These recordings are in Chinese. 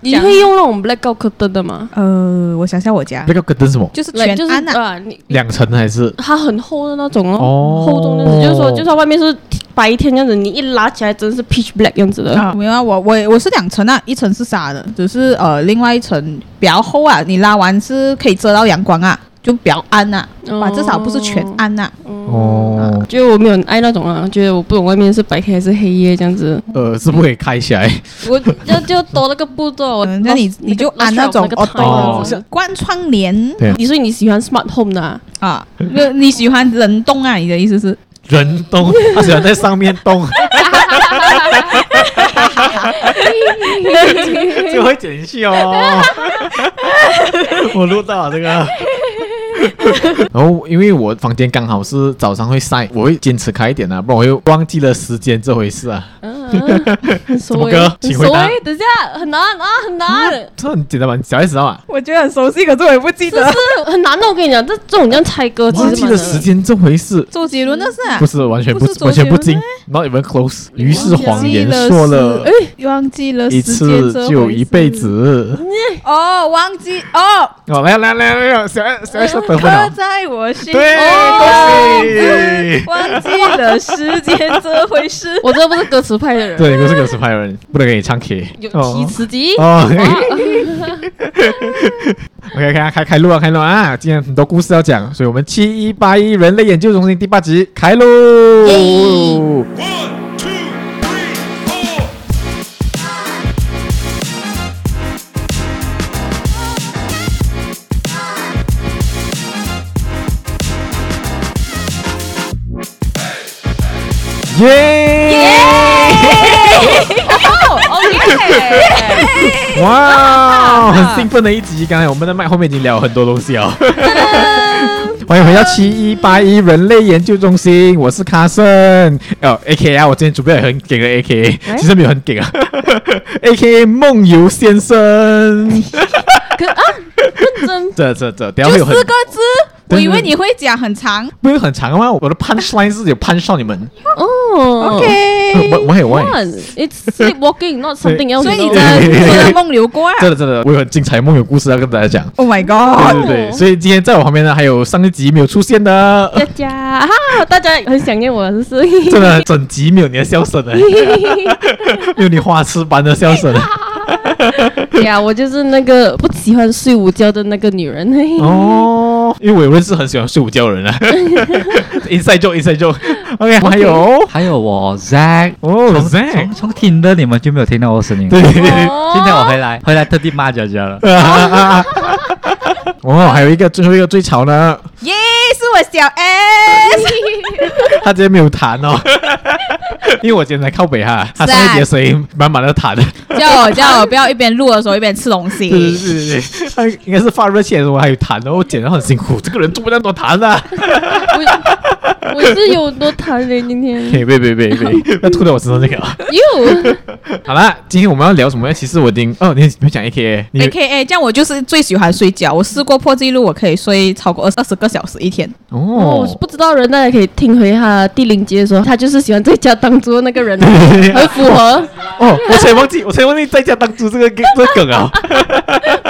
你会用那种 blackout curtain 的吗？呃，我想想我家那个 curtain 是什么？就是来全就是安呐、啊，你两层还是？它很厚的那种哦，哦厚重那种，就是说就算外面是白天这样子，你一拉起来真是 pitch black 样子的。啊没有啊，我我我是两层啊，一层是纱的，只是呃另外一层比较厚啊，你拉完是可以遮到阳光啊，就比较安呐、哦啊，至少不是全安呐、哦，觉得我没有很爱那种啊，觉得我不懂外面是白天还是黑夜这样子，呃，是不可以开起来。我就就多那个步骤。嗯，那你你就按那种哦哦，是关窗帘对你说你喜欢 smart home 的、 啊，啊，那你喜欢冷冻啊？你的意思是？人动，他喜欢在上面动， 就会剪去哦。我录到了这个。然后，因为我房间刚好是早上会晒，我会坚持开一点啊，不然我又忘记了时间这回事啊。嗯、很熟 怎么诶哥很请熟回答诶等一下很难啊，很难。这很简单嘛，小 S 知道啊吧？我觉得很熟悉，可是我也不记这是很难的，我跟你讲，这这种这样猜歌其实忘蛮记难了的时间这回事，周杰伦那是啊不，是完全不不是完全不周杰精伦，not even close。于是谎言忘记说是了哎，忘记了 一时间这回次事就一辈子。哦，忘记哦，哦，来来来来，小 S 小 S 得分刻 了。在我心哦对，恭 喜！忘记了时间这回 事。我这不是歌词派的人，对，我是个实拍人，不能给你唱 K。有哦提词机。哦。OK，开开开录啊，开录啊！今天很多故事要讲，所以我们七一八一人类研究中心第八集开录。 One, two, three, four. 耶！哦啊哇，很兴奋的一集。刚才我们的麦后面已经聊了很多东西哦。欢迎回到七一八一人类研究中心，我是卡森。哦，A K 啊，我今天准备了很给的 A K，其哎实没有很给啊。A K 梦游先生，真这这这，就等下会四有很个字，对我以为你会讲很长。不会很长吗？我的 punch line 是有 punch 到你们。哦 OK，我我也我也 One，it's sleepwalking, not something else. 所以你 you 真 know 的你真的梦流 过啊真的真的，我有很精彩梦游故事要跟大家讲。 ？Oh my 对 god！对对，所以今天在我旁边呢，还有上一集没有出现的， 佳佳哈，大家很想念我，是不是？真的整集没有你的笑声哎，没有你花痴般的笑声。对呀，我就是那个不喜欢睡午觉的那个女人。哦，因为我有认识很喜欢睡午觉的人啊。inside joke inside joke。OK，我们还有还有我 Zack，哦从 Zack 从从听的你们就没有听到我声音。对，今今天我回来，回来特地骂佳佳了。啊啊啊！ 哦，还有一个最后一个最潮呢，耶，是我小 S。 他今天没有弹哦，因为我今天才靠北哈，他上一节声音满满的弹。叫我叫我不要一边录的时候一边吃东 对对西。对对，他应该是发热线的时候还有痰，然后剪得很辛苦， 这个人做不了那么多痰啊。我 我是有多贪嘞，今 天别别别别别，要吐在我身上这个。哟，好啦，今天我们要聊什么呢？其实我已经哦，你没有讲 A K A，你 A K A，这样我就是最喜欢睡觉。我试过破纪录，我可以睡超过二二十个小时一天。我哦，不知道人，大家可以听回他第零集的时候，他就是喜欢在家当猪的那个 人，很符合。哦，我才忘记，我才忘记在家当猪这个梗 这个梗啊。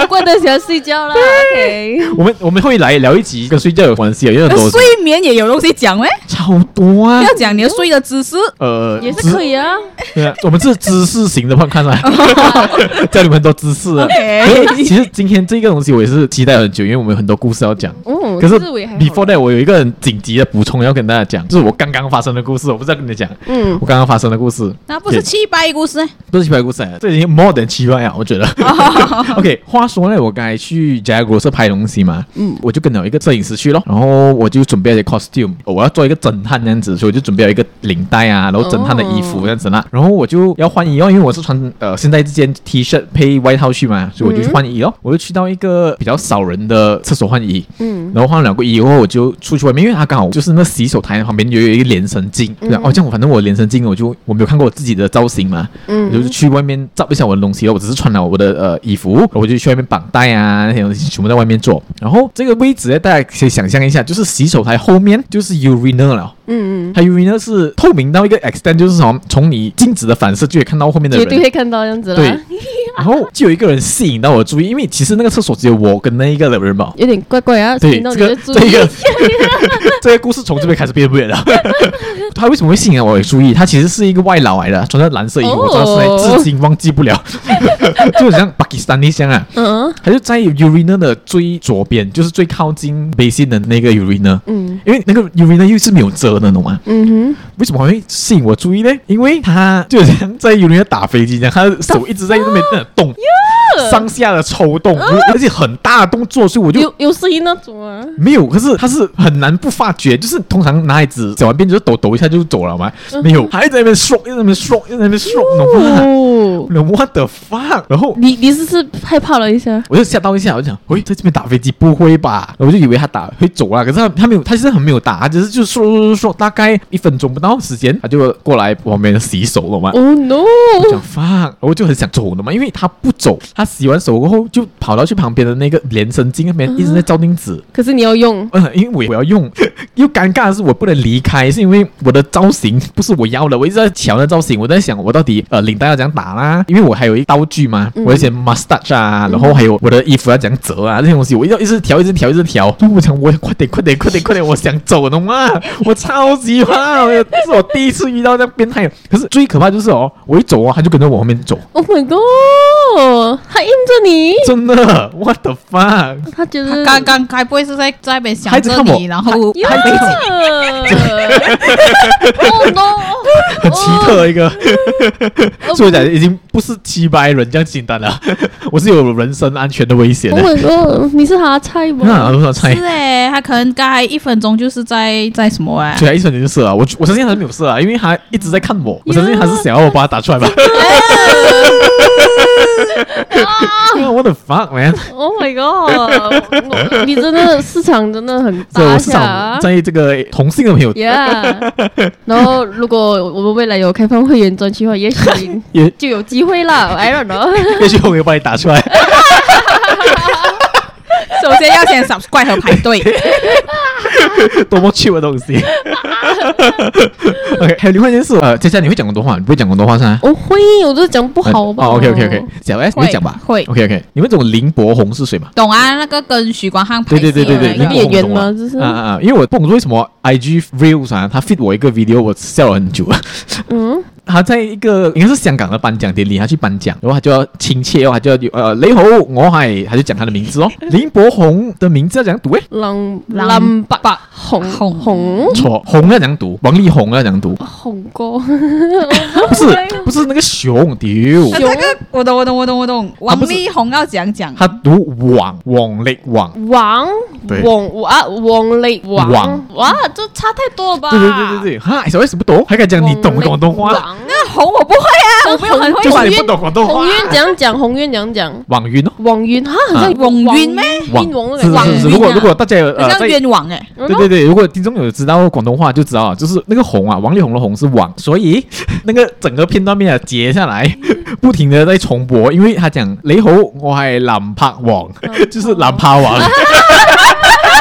怪不得喜欢睡觉啦。OK，我们我们会来聊一集跟睡觉有关系啊的，因为很多呃睡眠也有东西讲喂，超多啊不。要讲你的睡的姿势。呃，也是知可以啊。对啊，我们是知识型的 podcast 啊，教你们很多知识啊。 OK 可是其实今天这个东西我也是期待很久，因为我们有很多故事要讲。哦，可是我也还好 before that，我有一个很紧急的补充要跟大家讲，就是我刚刚发生的故事，我不知道跟你讲，嗯，我刚刚发生的故事，那不是 Okay 七百故事？不是奇怪故事来的，这已经 more than 奇怪啊，我觉得。OK，话说呢，我刚才去 j a g u a 社拍东西嘛，嗯，我就跟了一个摄影师去咯，然后我就准备了一些 costume，我哦要做一个侦探这样子，所以我就准备了一个领带啊，然后侦探的衣服哦这样子啦，然后我就要换衣哦，因为我是穿呃现在这件 T 恤配外套去嘛，所以我就去换衣咯，我就去到一个比较少人的厕所换衣，嗯，然后换了两个衣后，我就出去外面，因为他刚好就是那洗手台旁边有一个连身镜，对啊、哦，这样我反正我连身镜我就我没有看过我自己的造型嘛，嗯我就去外面照一下我的东西了，我只是穿了我的呃衣服，我就去外面绑带啊那些东西全部在外面做，然后这个位置呢，大家可以想象一下，就是洗手台后面就是 urinal 了，嗯嗯，它 urinal 是透明到一个 extent，就是从从你镜子的反射就可以看到后面的绝对人。会看到这样子对啦，然后就有一个人吸引到我注意，因为其实那个厕所只有我跟那一个人嘛。有点怪怪啊，对，听到这你个的这注 意，个这个故 事从这边开始变 不远了。他为什么会吸引我注意？他其实是一个外劳来的，穿着蓝色衣服，哦我到现在至今忘记 不了，就很像巴基斯坦那乡啊。嗯他就在 urinal 的最左边，就是最靠近 basin 的那个 urinal，嗯因为那个 urinal 又是没有遮的，懂吗？嗯为什么会吸引我注意呢？因为他就像在 urinal 打飞机一样，他的手一直在那边那哦动，上下的抽动，而且很大的动作，所以我哼，就有有声音那种啊，没有，可是他是很难不发觉，就是通常拿一子小完便就是抖抖一下就走了嘛，没有，还在那边说，又在那边说，又在那边说，懂吗？哦，那 what the fuck？然后你你是不是害怕了一下？我就吓到一下，我就想，喂，在这边打飞机不会吧？我就以为他打会走啊，可是他他没有，他其实很没有打，他只是就说说说，大概一分钟不到时间，他就过来旁边洗手了嘛。哦 no，我想 fuck，我就很想走的嘛，因为他不走，他洗完手过后就跑到去旁边的那个连身镜那边，一直在照镜子。可是你要用，嗯，因为我我要用，又尴尬的是我不能离开，是因为我的造型不是我要的，我一直在瞧那造型，我在想我到底呃领带要怎样打啦，因为我还有一道具嘛，我一些 mustache 啊，然后还有我的衣服要怎样折啊，这些东西我要一直调，一直调，一直调，所以我想我快点快点快点快点，我想走懂吗？我超级怕，我这是我第一次遇到这样变态的，可是最可怕就是哦，我一走啊，他就跟着我后面走， ，Oh my god，他印着你，真的，what the fuck？他觉得刚刚该不会是在在那边想嗯孩子着看我你，然后呀，Oh no， 很奇特的一个， 어.哦所以我讲已经不是击败人这样简单 了，我是有人身安全的威胁 Oh 的。啊 my god，你是他的菜那 吗？多少菜是？哎，他可能刚才一分钟就是在在什么哎、对啊，一瞬间就射了。我我相信他没有射啊，因为他一直在看我，我相信他是想要我把他打 出来吧。 哇我的 fuck man！ Oh my god！我你真的市场真的很所以大我是下啊想。在意这个同性的朋友， Yeah，然后如果我们未来有开放会员专区的话， 也许也就有机会啦。I don't know，也许我没有把你打出来。 首先要先 subscribe 和排 队。多么趣味的东 西。OK，还有另外一件事，呃，佳佳你会讲广东话，你不会讲广东话是吗？ 我会，我都讲不好吧。哦，OK OK OK，小 S 你会会讲吧？会 OK OK，你们懂林柏宏是谁吗？懂啊，那个跟许光汉拍戏对对对对的对，那那个个林演员柏宏吗懂就是啊啊啊！因为我不懂为什么 IG Reels 啊，他 fit 我一个 video，我笑了很久。 嗯，他在一个应该是香港的颁奖典礼，他去颁奖，然后他就要亲切哦，他就要呃你好，我系，他就讲他的名 字哦，林柏宏的名字要怎样读诶？朗朗朗白白红红红错，红要怎样读？王力宏要怎样读？红哥，不是不是那个熊，丢。他那个啊我懂我懂我懂我懂，啊王力宏要讲讲，他读网网力网，王对王啊王力王王哇，这差太多了吧？对对对对对，哈，小 S 不懂，还敢讲你懂王力广东话？王那个红我不会啊，我没有很就会算你晕不。懂广东话红，渊怎样讲？红渊怎样讲？网云哦，网云哈，好像啊网云咩网晕王的是感觉是是是，网云啊如果如果大家有很呃像在冤枉哎，嗯对对对，如果听众有知道广东话就知道了，就是那个红啊，王力宏的红是网，所以那个整个片段被他截下来，不停的在重播，因为他讲你好，我系南柏王，就是南柏王，而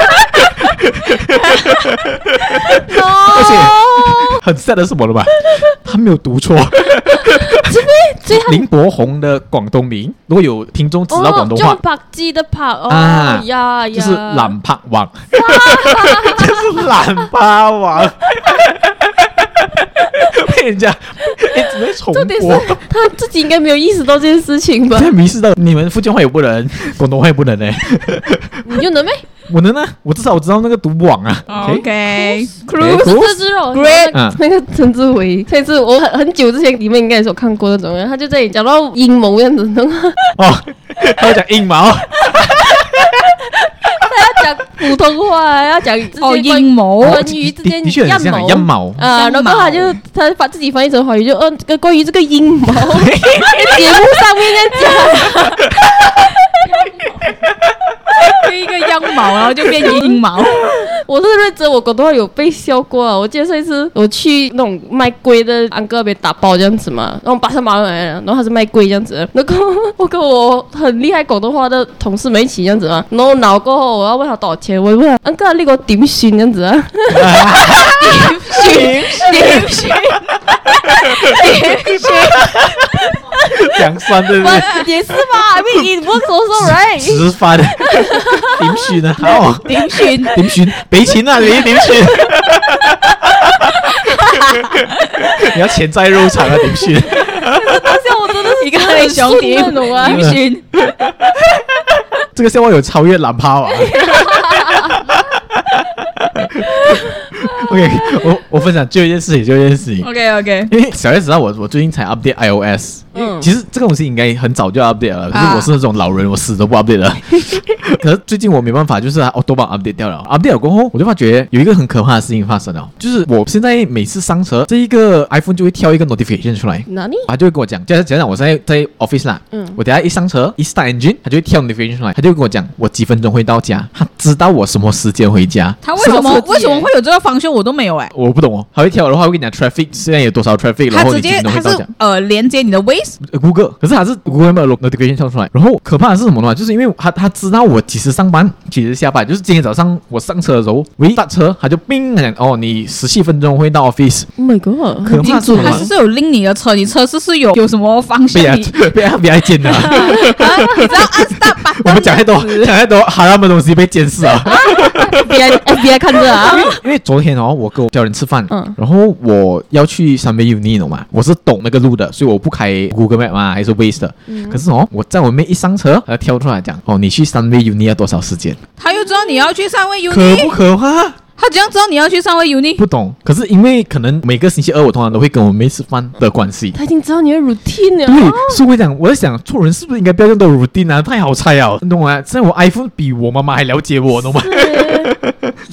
且很 sad 的是什么了吧？他没有读错，林柏宏的广东名，如果有听众知道广东话哦，就白字的白哦啊呀哎呀，就是懒趴王，就是懒趴王， 被人家哎一直在重重点播是。他自己应该没有意识到这件事情 吧现？在迷失到你们福建话也不能，广东话也不能呢、你就能没我能呢，啊我至少我知道那个读网啊。哎哎，OK， ？Cruise 对这只肉 Great 嗯那个陈志伟，这次我很很久之前你们应该也是有看过那种人，他就在讲到阴谋这样子，然后哦，他会讲硬毛，他要讲普通话，要讲之间哦，关于阴谋，关的于的之间的确很像阴阴 毛。啊，阴然后谋他就他把自己翻译成华语，就嗯，这个关于这个阴 谋，节目上面在讲。一个羊毛，然后就变阴 毛，我是认真，我广东话有被笑过啊！我记得上一次我去那种卖龟的安哥那边打包这样子嘛，然后巴上马来，然后他是卖龟这样子，然后我跟我很厉害广东话的同事们一起这样子嘛，然后闹过后我要问他多少钱，我就问他安哥呢个点算这样子啊，行行行，讲酸对不对？我也是吧？I mean it works also right？直翻， 点选啊？好，点选点选？俾钱啊！你点选？你要钱债肉偿啊？点选？当下我真的是 一个很雄顺那种啊点选这个笑话有超越啊懒趴吧 ？OK，我我分享就一件事情，就一件事情。 OK OK，因为小叶知道我，我最近才 update iOS，、因为嗯其实这个东西应该很早就 update 了，可是啊我是那种老人，我死都不 update 了。 可是最近我没办法，就是我都把 update 掉了，update 了过后，我就发觉有一个很可怕的事情发生了，就是我现在每次上车，这一个 iPhone 就会跳一个 notification 出来。哪里？他就会跟我讲，就是讲讲我现在在 office 啦，嗯我等下一上车一 start engine，他就会跳 notification 出来，他就跟我讲我几分钟会到家，他知道我什么时间回家，他为什什么么设计为什么会有这个方向我都没有哎、我不懂哦，他会跳的话会跟你讲 traffic 现在有多少 traffic，然他后直你几接分钟他会到是家。呃连接你的 Waze，呃 Google，可是它是 Google Map 的 notification 跳出来。然后可怕的是什么呢？就是因为他他知道我几时上班，几时下班，就是今天早上我上车的时候，我一搭车，他就冰讲哦，你十七分钟会到 office。 Oh my god！可怕他是什么呢是？是有拎你的车，你车是是有有什么方向被他你 被他被他监 了，呃你知道按 stop 吧？ 我们讲太多讲太多哈拉的东西被监视啊。 FBI FBI 看着啊，因为昨天哦，我跟我家人吃饭，嗯然后我要去三杯 uni 你懂吗？我是懂那个路的，所以我不开 Google Map 啊嘛，还是 Waze 的。嗯可是哦，我在我妹一上车，她就跳出来讲哦，你去三杯 uni 要多少时间？他又知道你要去上位可不 uni，可怕？他怎样知道你要去上位 uni？不懂，可是因为可能每个星期二我通常都会跟我妹吃饭的关系。他已经知道你的 routine 对了。，所以我讲，我在想，做人是不是应该不要用到 routine 啊？太好猜啊，你懂吗？现在我 iPhone 比我妈妈还了解我，懂 吗？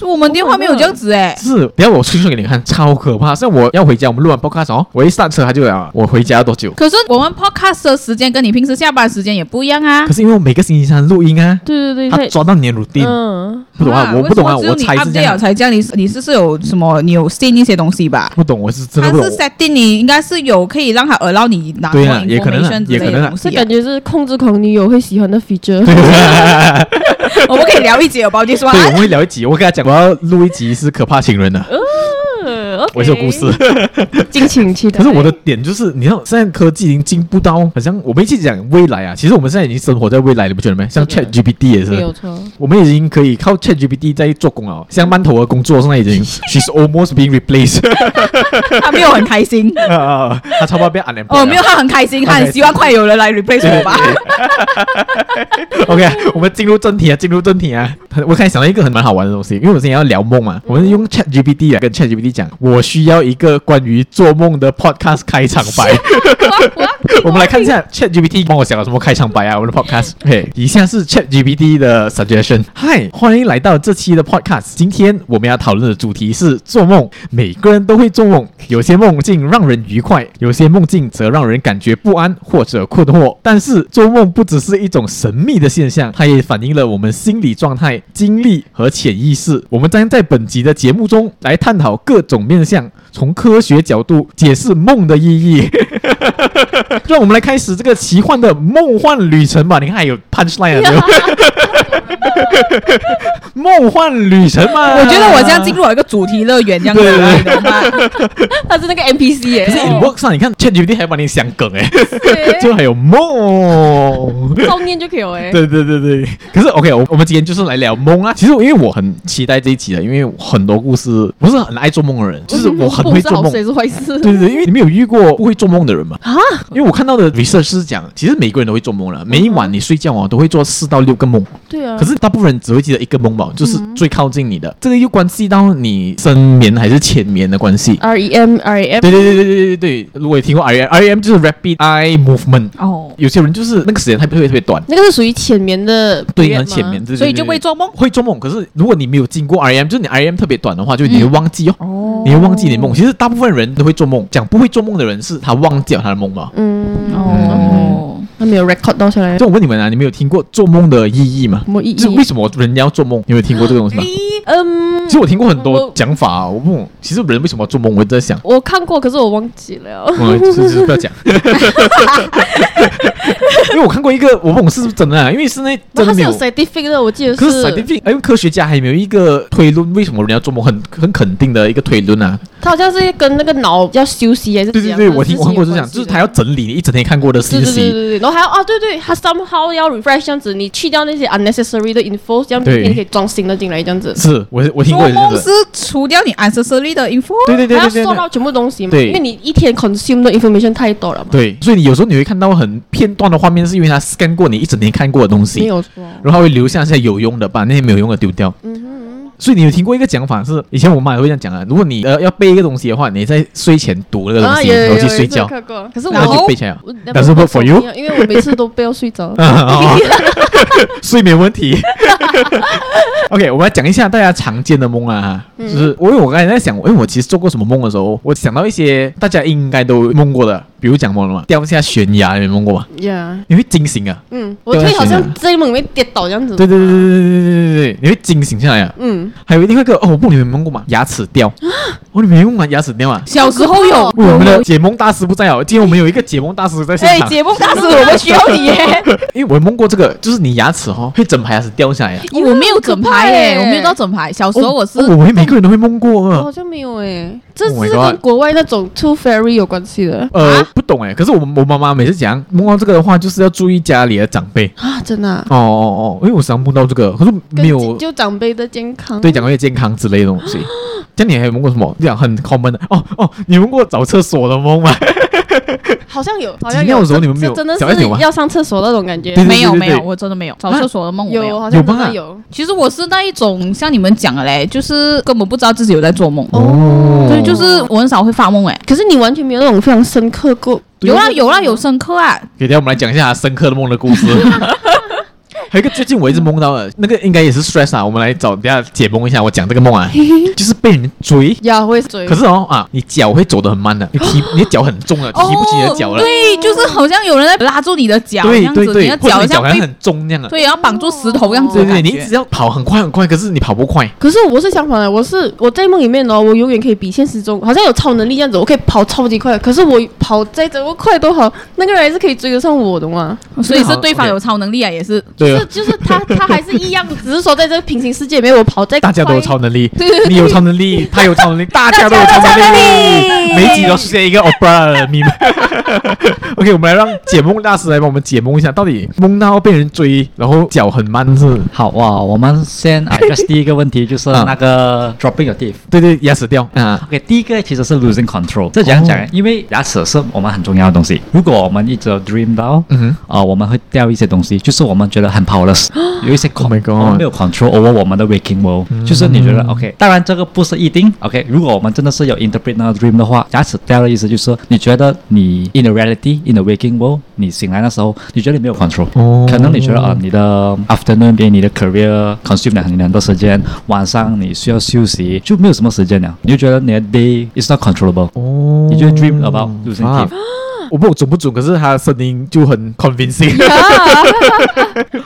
我们电话啊没有这样子哎、是，等一下我吹出给你看，超可怕。像我要回家，我们录完 podcast 哦，我一上车他就讲我回家要多久。可是我们 podcast 的时间跟你平时下班时间也不一样啊 可。是因为我每个星期三录音啊，对对对，他他抓到你的 routine，嗯，不懂啊，我不懂啊，我猜是这样，才这样。你你是是有什么？你有 set 一些东西吧？不懂，我是真他的不懂是。setting 你应该是有可以让他 allow 你拿对啊 more 也可能啊 information 也之可类能啊的东这西啊感。觉是控制狂女友会喜欢的 feature。我们可以聊一节有 about this 对，我 one。们会聊一集，我跟他讲，我要录一集是可怕情人的，嗯，OK 我是有故事。 敬请期待。可是我的点就是，你看现在科技已经进步到，好像我们一起讲未来啊，其实我们现在已经生活在未来，你不觉得吗？像 Chat GPT 也没是有，错，我们已经可以靠 Chat GPT 在做工了哦，像曼头的工作现在已经，she's almost being replaced， 他没有很开心，啊啊啊他差不多变 unemployed 了。哦，没有，他很开心，他很希望快有人来 replace 我吧。 OK，我们进入正题啊，进入正题啊。我刚才想到一个很蛮好玩的东西，因为我们今天要聊梦嘛，我们用 Chat GPT 啊来跟 Chat GPT 讲，我需要一个关于做梦的 podcast 开场白。我们来看一下 Chat GPT 帮我想了什么开场白啊，我们的 podcast。OK，以下是 Chat GPT 的 suggestion。嗨，欢迎来到这期的 podcast。今天我们要讨论的主题是做梦。每个人都会做梦，有些梦境让人愉快，有些梦境则让人感觉不安或者困惑。但是做梦不只是一种神秘的现象，它也反映了我们心理状态、经历和潜意识。我们将在本集的节目中来探讨各种面向，从科学角度解释梦的意义。让我们来开始这个奇幻的梦幻旅程吧！你看还有 punchline 啊，对吧梦幻旅程嘛。我觉得我这样进入了一个主题乐园这样子，对对你懂吗？他是那个 NPC 耶哦可哎是 in work 上，你看 ChatGPT 还把你想梗哎、对 就还有梦。照念就可以了哎。对对对对，可是 OK，我我们今天就是来聊梦啊。其实我因为我很期待这一集的，因为很多故事不是很爱做梦的人，就是我很会做不是好梦。事也对是坏事。对对，因为你没有遇过不会做梦的人嘛？啊，因为我看到的 research 是讲，其实每个人都会做梦了，每一晚你睡觉哦都会做四到六个梦。对啊。可是大部分人只会记得一个梦吧，就是最靠近你的，这个又关系到你深眠还是浅眠的关系。 R E M R E M，对对对对对对对，如果有听过 REM，REM 就是 Rapid Eye Movement，哦，有些人就是那个时间特别特别特别短，那个是属于浅眠的，对，很浅眠，。对所以就会。对对对做梦。会做梦，可是如果你没有经过 REM，就是你 REM 特别短的话，就你会忘记哦，你会忘记你的梦。其实大部分人都会做梦，讲不会做梦的人是他忘记了他的梦嘛。嗯，哦，他没有 record 到下来就。我问你们啊，你们有听过做梦的意义吗？什么意义就是为什么人要做梦？你们有听过这个东西吗？咦，嗯其，实我听过很多我，讲法、啊，我不懂，其实人为什么要做梦？我一直在想 我看过，可是我忘记了。嗯，就是就是不要讲， 因为我看过一个，我不懂是不是真的、啊，因为是那真它的是没有 scientific 的，我记得可是 scientific，因为科学家还没有一个推论，为什么人要做梦很很肯定的一个推论啊？它好像是跟那个脑要休息还啊是怎对对样对，的我听事我情看过有是这样，关系就是的他要整理你一整天看过的对信对对对息，对，然后还要啊，对对，它 somehow 要 refresh 这样子，你去掉那些 unnecessary 的 info，这样对明天可以装新的进来，这样子。是我我听过做也是梦这是个，除掉你 ancestry 的 info，对对对还要对对说对到全部东西嘛，对因为你一天 consume 的 information 太多了嘛，对，所以你有时候你会看到很片段的画面，是因为他 scan 过你一整天看过的东西没，有错。然后他会留下一些有用的，把那些没有用的丢掉。嗯所以你有听过一个讲法是，以前我妈也会这样讲啊，如果你呃要背一个东西的话，你在睡前读那个东啊，西，有有然有后去有睡这个觉，看过，可是然后我就背起来了。我但是 work for you。因为我每次都被要睡着 啊，睡眠问题。OK，我们来讲一下大家常见的梦啊，嗯就是我因为我刚才在想，因为我其实做过什么梦的时候，我想到一些大家应该都梦过的，比如讲梦了嘛，掉下悬崖，你们梦过吗？ Yeah，你会惊醒啊？嗯，我会好像在梦里面跌倒这样子。对对对对对对对对对，你会惊醒下来啊。嗯，还有另外一个哦，我梦你们梦过吗？牙齿掉， 哦，你们有梦过牙齿掉啊？小时候有。为我们的解梦大师不在哦，今天我们有一个解梦大师在现哎，场，解梦大师，我们需要你耶！因为我梦过这个，就是你牙齿哦，会整排牙齿掉下来啊。我没有整排好耶，可怕耶我没有到整排。小时候我是啊哦哦我们每个人都会梦过我啊好。像没有诶，这 Oh my 是 God 跟国外那种 tooth fairy 有关系的呃，啊不懂哎，可是我我妈妈每次讲梦到这个的话，就是要注意家里的长 辈。啊，真的啊。哦哦哦，因为我时常梦到这个，可是跟没有就就长辈的健康，对，讲关于健康之类的东 西。这样你还有梦过什么？这样很 common 的哦哦，你梦过找厕所的梦吗？好像有，好像尿有。的时候这你们没有这真的小孩子有吗是要上厕所那种感觉对，对没有对对没有，对我真的没有。找厕所的梦我没有，有。好像真有吧的有。其实我是那一种像你们讲的嘞，就是根本不知道自己有在做梦，哦所以就是我很少会发梦哎。可是你完全没有那种非常深刻过。啊有啦有啦有深刻啊，给大家我们来讲一下深刻的梦的故 事。还有一个最近我一直梦到的，那个应该也是 stress 啊，我们来找大家解梦一下。我讲这个 梦啊，就是被人追，呀，会追。可是哦啊，你脚会走得 很慢的，你提你的脚很重了，哦提不起你的脚了，对，就是好像有人在拉住你的脚这对样对子，对你的，或者脚你脚像好像被很重那样的，啊对，然后绑住石头这样子对的对，感你觉只。要跑很快很快，可是你跑不快，可是我是相反的，我是我在梦里面哦，我永远可以比现实中好像有超能力这样子，我可以跑超级快。可是我跑再怎么快都好，那个人还是可以追得上我的嘛。哦所以是对方有超能力啊，也 是对啊是，就是他他还是一样，只是说在这个平行世界里面，我跑再大家都有快超能 力对对，对你有超能力，他有超 能力，大家都有超能力，每一集都出现一个 opera 的 meme。OK，我们 来让解梦大师来帮我们解梦一下，到底梦到被人追，然后脚很慢是？好哇，我们先 address 第一个问题，就是嗯那个 dropping your teeth。对对，牙齿掉啊， OK，第一个其实是 losing control。这怎样讲哦呢？因为牙齿是我们很重要的东西。如果我们一直 dream 到，嗯啊、我们会掉一些东西，就是我们觉得很 powerless，有一些 Oh my god 嗯我们没有 control over 我们的 waking world，、就是你觉得 OK，当然这个不是一定 OK。如果我们真的是有 interpret a dream 的话，牙齿掉的意思就是你觉得你 in the reality in the waking world，你醒来的时候，你觉得你没有 control，、哦可能你觉得啊、呃你的 afternoon 给你的 career consume 了很多时间，晚上你需要休息，就没有什么时间了，你就觉得你的 day is not controllable，、哦你就 dream about losing teeth、啊我不懂准不准，可是他的声音就很 convincing，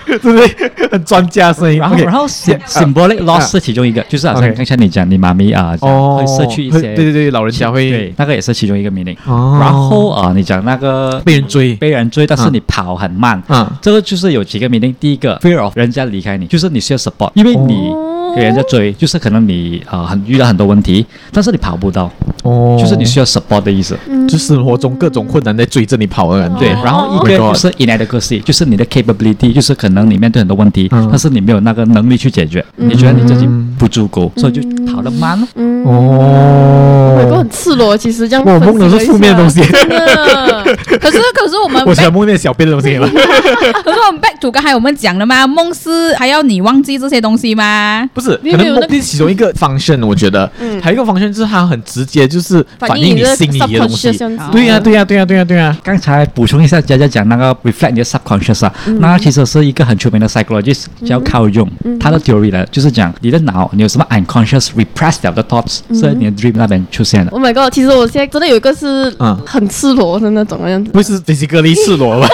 对不对？很专家声音。然后 OK，然后 sym- 啊 symbolic 啊 loss 是其中一个，就是好 OK 像刚才你讲你妈咪啊，哦，会摄取一会些，对对对，老人家会对，那个也是其中一个 meaning。哦然后啊，你讲那个被人追，被人追，但是嗯你跑很慢，嗯这个就是有几个 meaning。第一个 fear of 人家离开你，就是你需要 support，因为你哦给人家追，就是可能你啊很遇到很多问题，但是你跑不到，哦就是你需要 support 的意思。就生活中各种困难在追着你跑的感觉。对，然后一 Oh my 个就 God 是 inadequacy，就是你的 capability，就是可能你面对很多问题，嗯但是你没有那个能力去解决，你觉得你自己不足够，所以就跑得慢咯。嗯，我有个哦很，赤裸，其实这样我梦的分析了是一负面的东西，下。真的，可是可是我们我 back- 想梦见小便的东西了。可是我们 back to 刚才我们讲的嘛，梦是还要你忘记这些东西吗？ 不是，是，没有可没能有目那的是其中一个方向，我觉得，还有一个方向就是它很直接，就是反映你的心里的东 subconscious 西这。样子对呀、对呀、对呀、对呀、对呀、刚才补充一下，佳佳讲那个 reflect 你的 subconscious 啊，那其实是一个很出名的 psychologist 叫 Carl Jung，、他的 theory 呢，就是讲你的脑你有什么 unconscious repressed 了的 thoughts 是在你的 dream 那边出现的。 Oh my god！其实我现在真的有一个是嗯很赤裸的那嗯种的样子，不是 physically 赤裸吧？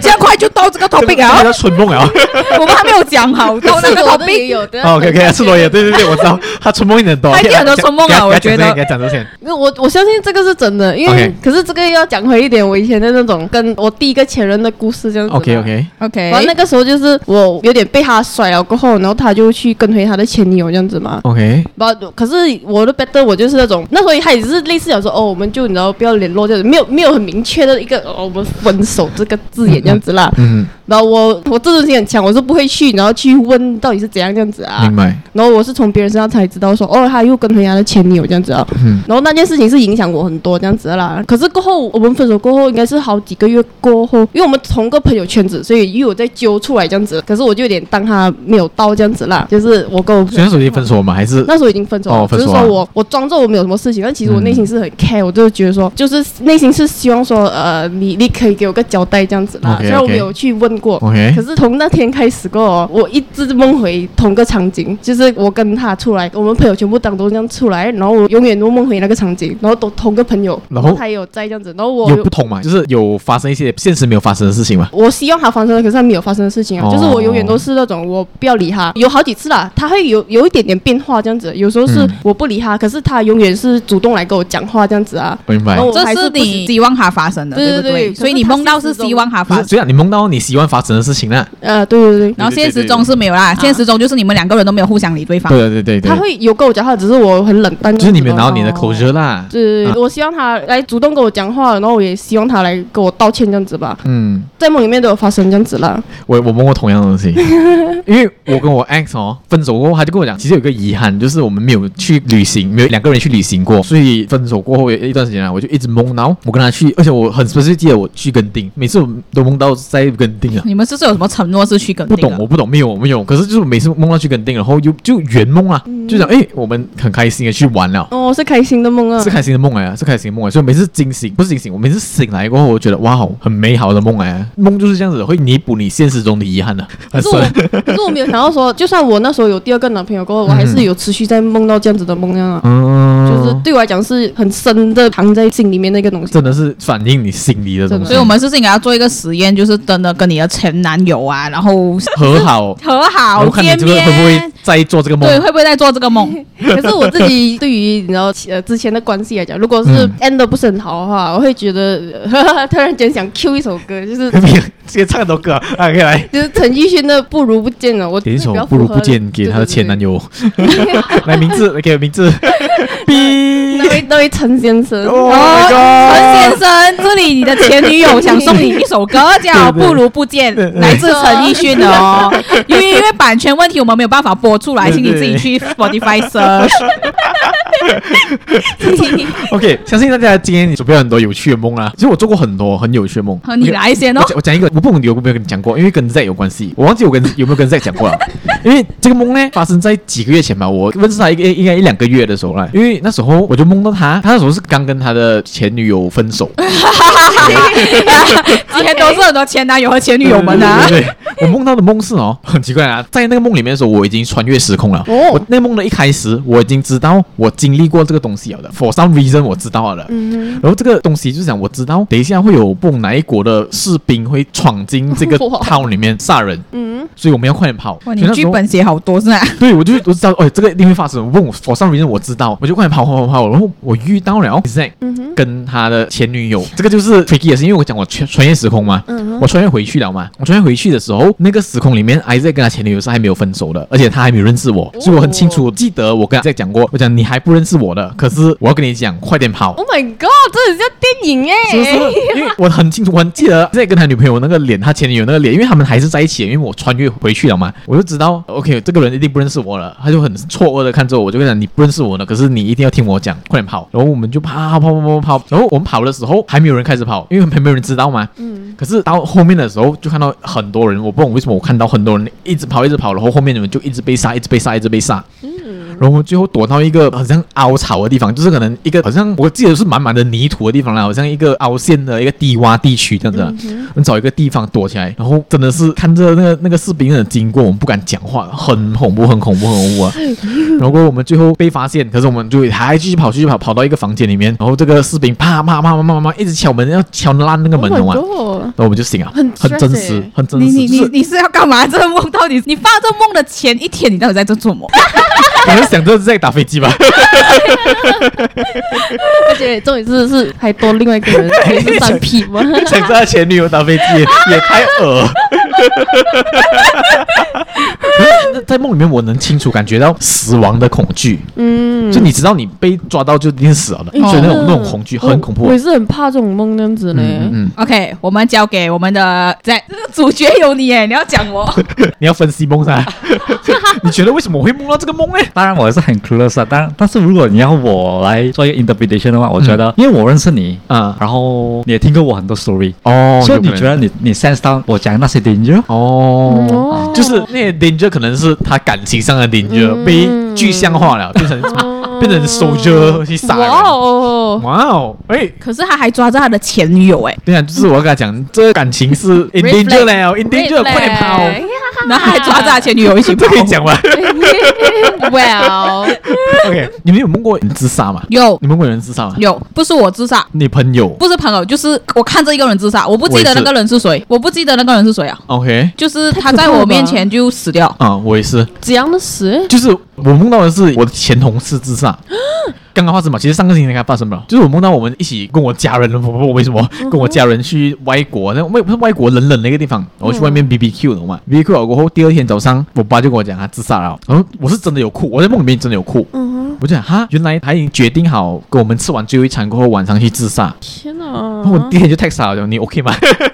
这样快就到这个 topic 这个 啊，叫春梦啊。我们还没有讲好，到那赤个 裸的也 topic。有的。哦 OK OK，赤裸也对对对，我知道他春梦有点多，他一定很多春梦啊给他给他我觉得给他讲这些给他讲这些，那我我相信这个是真的，因为 OK 可是这个要讲回一点我以前的那种跟我第一个前任的故事这样子啦。 OK OK， OK，然后那个时候就是我有点被他甩了过后，然后他就去跟回他的前女友这样子嘛。 OK，不，可是我的 better 我就是那种，那时候他也是类似讲说，哦，我们就你知道不要联络这样子，没有没有很明确的一个哦，我们分手这个字眼这样子啦。嗯，然后我我自尊心很强，我是不会去然后去问到底是怎样这样子啊明。白，然后我是从别人身上才知道说，哦，他又跟回他的前女友这样子啊。嗯然后那件事情是影响我很多这样子的啦。可是过后我们分手过后，应该是好几个月过后，因为我们同个朋友圈子，所以又有在揪出来这样子。可是我就有点当他没有到这样子啦，就是我跟我所以那时候已经分手嘛，还是那时候已经分手了，哦分手只是啊说我我装作我没有什么事情，但其实我嗯内心是很 care，、我就是觉得说，就是内心是希望说，呃，你你可以给我个交代这样子啦。 OK，虽然我 OK 没有去问过 OK 可是从那天开始过后，我一直梦回同个场景，就是我跟他出来，我们朋友全部当中这样出来，然后我永远都梦回那个场景，然后都同个朋友，然后他也有在这样子，然后我有不同嘛，就是有发生一些现实没有发生的事情嘛。我希望他发生的，可是他没有发生的事情啊，哦就是我永远都是那种我不要理他，有好几次啦，他会有有一点点变化这样子，有时候是嗯我不理他，可是他永远是主动来跟我讲话这样子啊。明白然后。我还这是是不你希望它发生的，对不对对可是所以你它梦到现是实中希望它不发是，生。虽然你梦到你希望发生的事情啦，呃，对对对。然后现实中对对对对是没有啦，对现实中就是你们两个人都没有互相理对方对。对对对他对，会有跟我讲话，只是我很冷淡。哎就是你没有拿到这你样的子咯哦口舌啦。对对对，啊我希望他来主动跟我讲话，然后我也希望他来跟我道歉这样子吧，嗯，在梦里面都有发生这样子啦。我我梦过同样的 东西，因为我跟我 ex 哦分手过后，他就跟我讲，其实有一个遗憾，就是我们没有去旅行，没有两个人去旅行过，所以分手过后有一段时间啊，我就一直梦到我跟他去，而且我很 specific 记得我去跟丁，每次我都梦到在跟丁啊。你们是不是有什么承诺是去跟不定懂，的？我不懂，没有，我没有。可是就是每次梦到去跟丁，然后就就圆梦啊，嗯就想诶，我们很开心的去玩了，哦，是开心的梦啊是。开心的梦来啊，是开心的梦来，所以每次惊醒不是惊醒，我每次醒来过后，我觉得哇，很美好的梦来啊，梦就是这样子，会弥补你现实中的遗憾啊可的、很是我神，可是我没有想到说，就算我那时候有第二个男朋友过后，我还是有持续在梦到这样子的梦这样啊。嗯，就是对我来讲是很深的藏在心里面的一个 东西。真的是反映你心里的东西。所以我们是不是应该要做一个实验，就是真的跟你的前男友啊，然 后和好，和我好看你见这个面，会不会再做这个梦？啊对，会不会再做这个 梦？可是我自己对于你知道呃之前的关系来讲，如果是嗯 end 的不是很好的话，我会觉得 呃突然间想 Q 一首歌，就是 你 直接唱很多歌啊，啊可以来。就是陈奕迅的《不如不见》啊了。我点一自己首比较不如符不合见给她的前对男。对对友， 来名字，给 名字，B 那位那位陈先 哦 生， Oh my 陈先 god！生，这里你的前女 友想送你一首歌，叫《不如不见》，来自陈奕迅的哦。 因为因为版权问题，我们没有办法播出来，对请你自己去 Spotify search。 OK，相信大家今天准备了很多有趣的梦啊啦。其实我做过很多很有趣的梦。和你 OK，来先哦我。讲我讲一个，我不懂你有没有跟你讲过，因为跟 Z 有关系，我忘记我跟有没有跟 Z 讲 过了。啊因为这个梦呢，发生在几个月前吧，我认识他一个应该一两个月的时候啦。因为那时候我就梦到他，他那时候是刚跟他的前女友 分手，今天都是很多前男友和前女友们啊。对对对对我梦到的梦是哦，很奇怪啊，在那个梦里面的时候，我已经穿越时空了。哦我那梦的一开始，我已经知道我经历过这个东西了的，for some reason 我知道了的。嗯然后这个东西就是讲，我知道等一下会有不懂哪一国的士兵会闯进 这个哇 town 里面杀人，嗯，所以我们要快点跑。哇，所以你那时剧候本写好多是吧？对，我就我知道，哎，这个一定会发生。我问我 for some reason 我知道，我就快点跑跑跑跑。然后我遇到了 Zack 嗯跟他的前女友，这个就是 tricky 也是因为我讲我穿穿越时空嘛，嗯嗯我穿越回去了嘛。我穿越回去的时候，那个时空里面 Isaac 跟他前女友是还没有分手的，而且他还没有认识我，所以我很清楚记得我跟 Isaac 讲过，我讲你还不认识我的，可是我要跟你讲，快点跑。 Oh my God，这很像电影哎、是不是？因为我很清楚，我很记得在跟他女朋友那个脸，他前女友那个脸，因为他们还是在一起的，因为我穿越回去了嘛，我就知道道，OK，这个人一定不认识我了，他就很错愕的看着我，我就跟他讲你不认识我呢，可是你一定要听我讲，快点跑。然后我们就跑跑跑跑跑跑，然后我们跑的时候还没有人开始跑，因为没有人知道嘛。嗯。可是到后面的时候，就看到很多人，我不懂为什么我看到很多人一直跑一直跑，然后后面的人就一直被杀，一直被杀，一直被杀。然后我们最后躲到一个好像凹槽的地方，就是可能一个好像我记得是满满的泥土的地方啦，好像一个凹陷的一个低洼地区这样子啊。我们找一个地方躲起来，然后真的是看着那个那个士兵的经过，我们不敢讲话，很恐怖，很恐怖，很恐 怖啊。然后我们最后被发现，可是我们就还继续跑，继续跑，跑到一个房间里面，然后这个士兵啪啪啪啪啪啪一直敲门，要敲烂那个门，啊懂吗？哦，然后我们就醒了，很 Oh 很 stress 真实欸，很真你实，你就你是你是要干嘛？这个梦到底你发这个梦的前一天，你到底在这做什 么？可能想着是在打飞机吧。而且重点是是还多另外一个 人，也是三 P 吗？想着他前女友打飞机也也太恶。 可是在梦里面，我能清楚感觉到死亡的恐惧，嗯，就你知道你被抓到就一定死了的，嗯所以那真种的那种恐惧很恐怖我我。也是很怕这种梦这样子嘞嗯。嗯， OK，我们交给我们的在这个主角有你耶，你要讲 我嗯你要分析梦噻？ 你觉得为什么我会梦到这个梦呢？当然我也是很 clueless 啊，当然，但是如果你要我来做一个 interpretation 的话，我觉得，因为我认识你，啊嗯然后你也听过我很多 story，、哦所以你觉得你你 sense 到我讲那些 danger？哦？哦就是那些 danger 可能是他感情上的 danger、嗯哦被具象化了，变成、嗯啊变成 soldier 去杀人。哇哦，哇哦，哎，可是他还抓着他的前女友哎，对啊，就是我要跟他讲，这感情是 in danger 了，in danger，快点 跑！然后他还抓着他前女友一起跑这 可以讲吗 Well， ？OK，你们有梦过有人自杀吗？有你们梦过有人自杀吗？有，不是我自杀，你朋友不是朋友，就是我看着一个人自杀，我不记我得也是那个人是谁，我不记得那个人是谁啊， ？OK，就是太可怕他在了吧我面前就死掉。啊、我也是，怎样的事？就是我梦到的是我的前同事自杀。刚刚发生嘛？其实上个星期才刚发生嘛。就是我梦到我们一起跟我家人，我不我为什么跟我家人去外国，那外不是外国冷冷的一个地方，我去外面 B B Q 的嘛。B B Q 了过后，第二天早上，我爸就跟我讲他自杀了。然后我是真的有哭，我在梦里面真的有哭。嗯，我就想哈，原来他已经决定好跟我们吃完最后一餐过后晚上去自杀。天嗯然哦后我哪第，一天就 text 他了，你 OK 吗？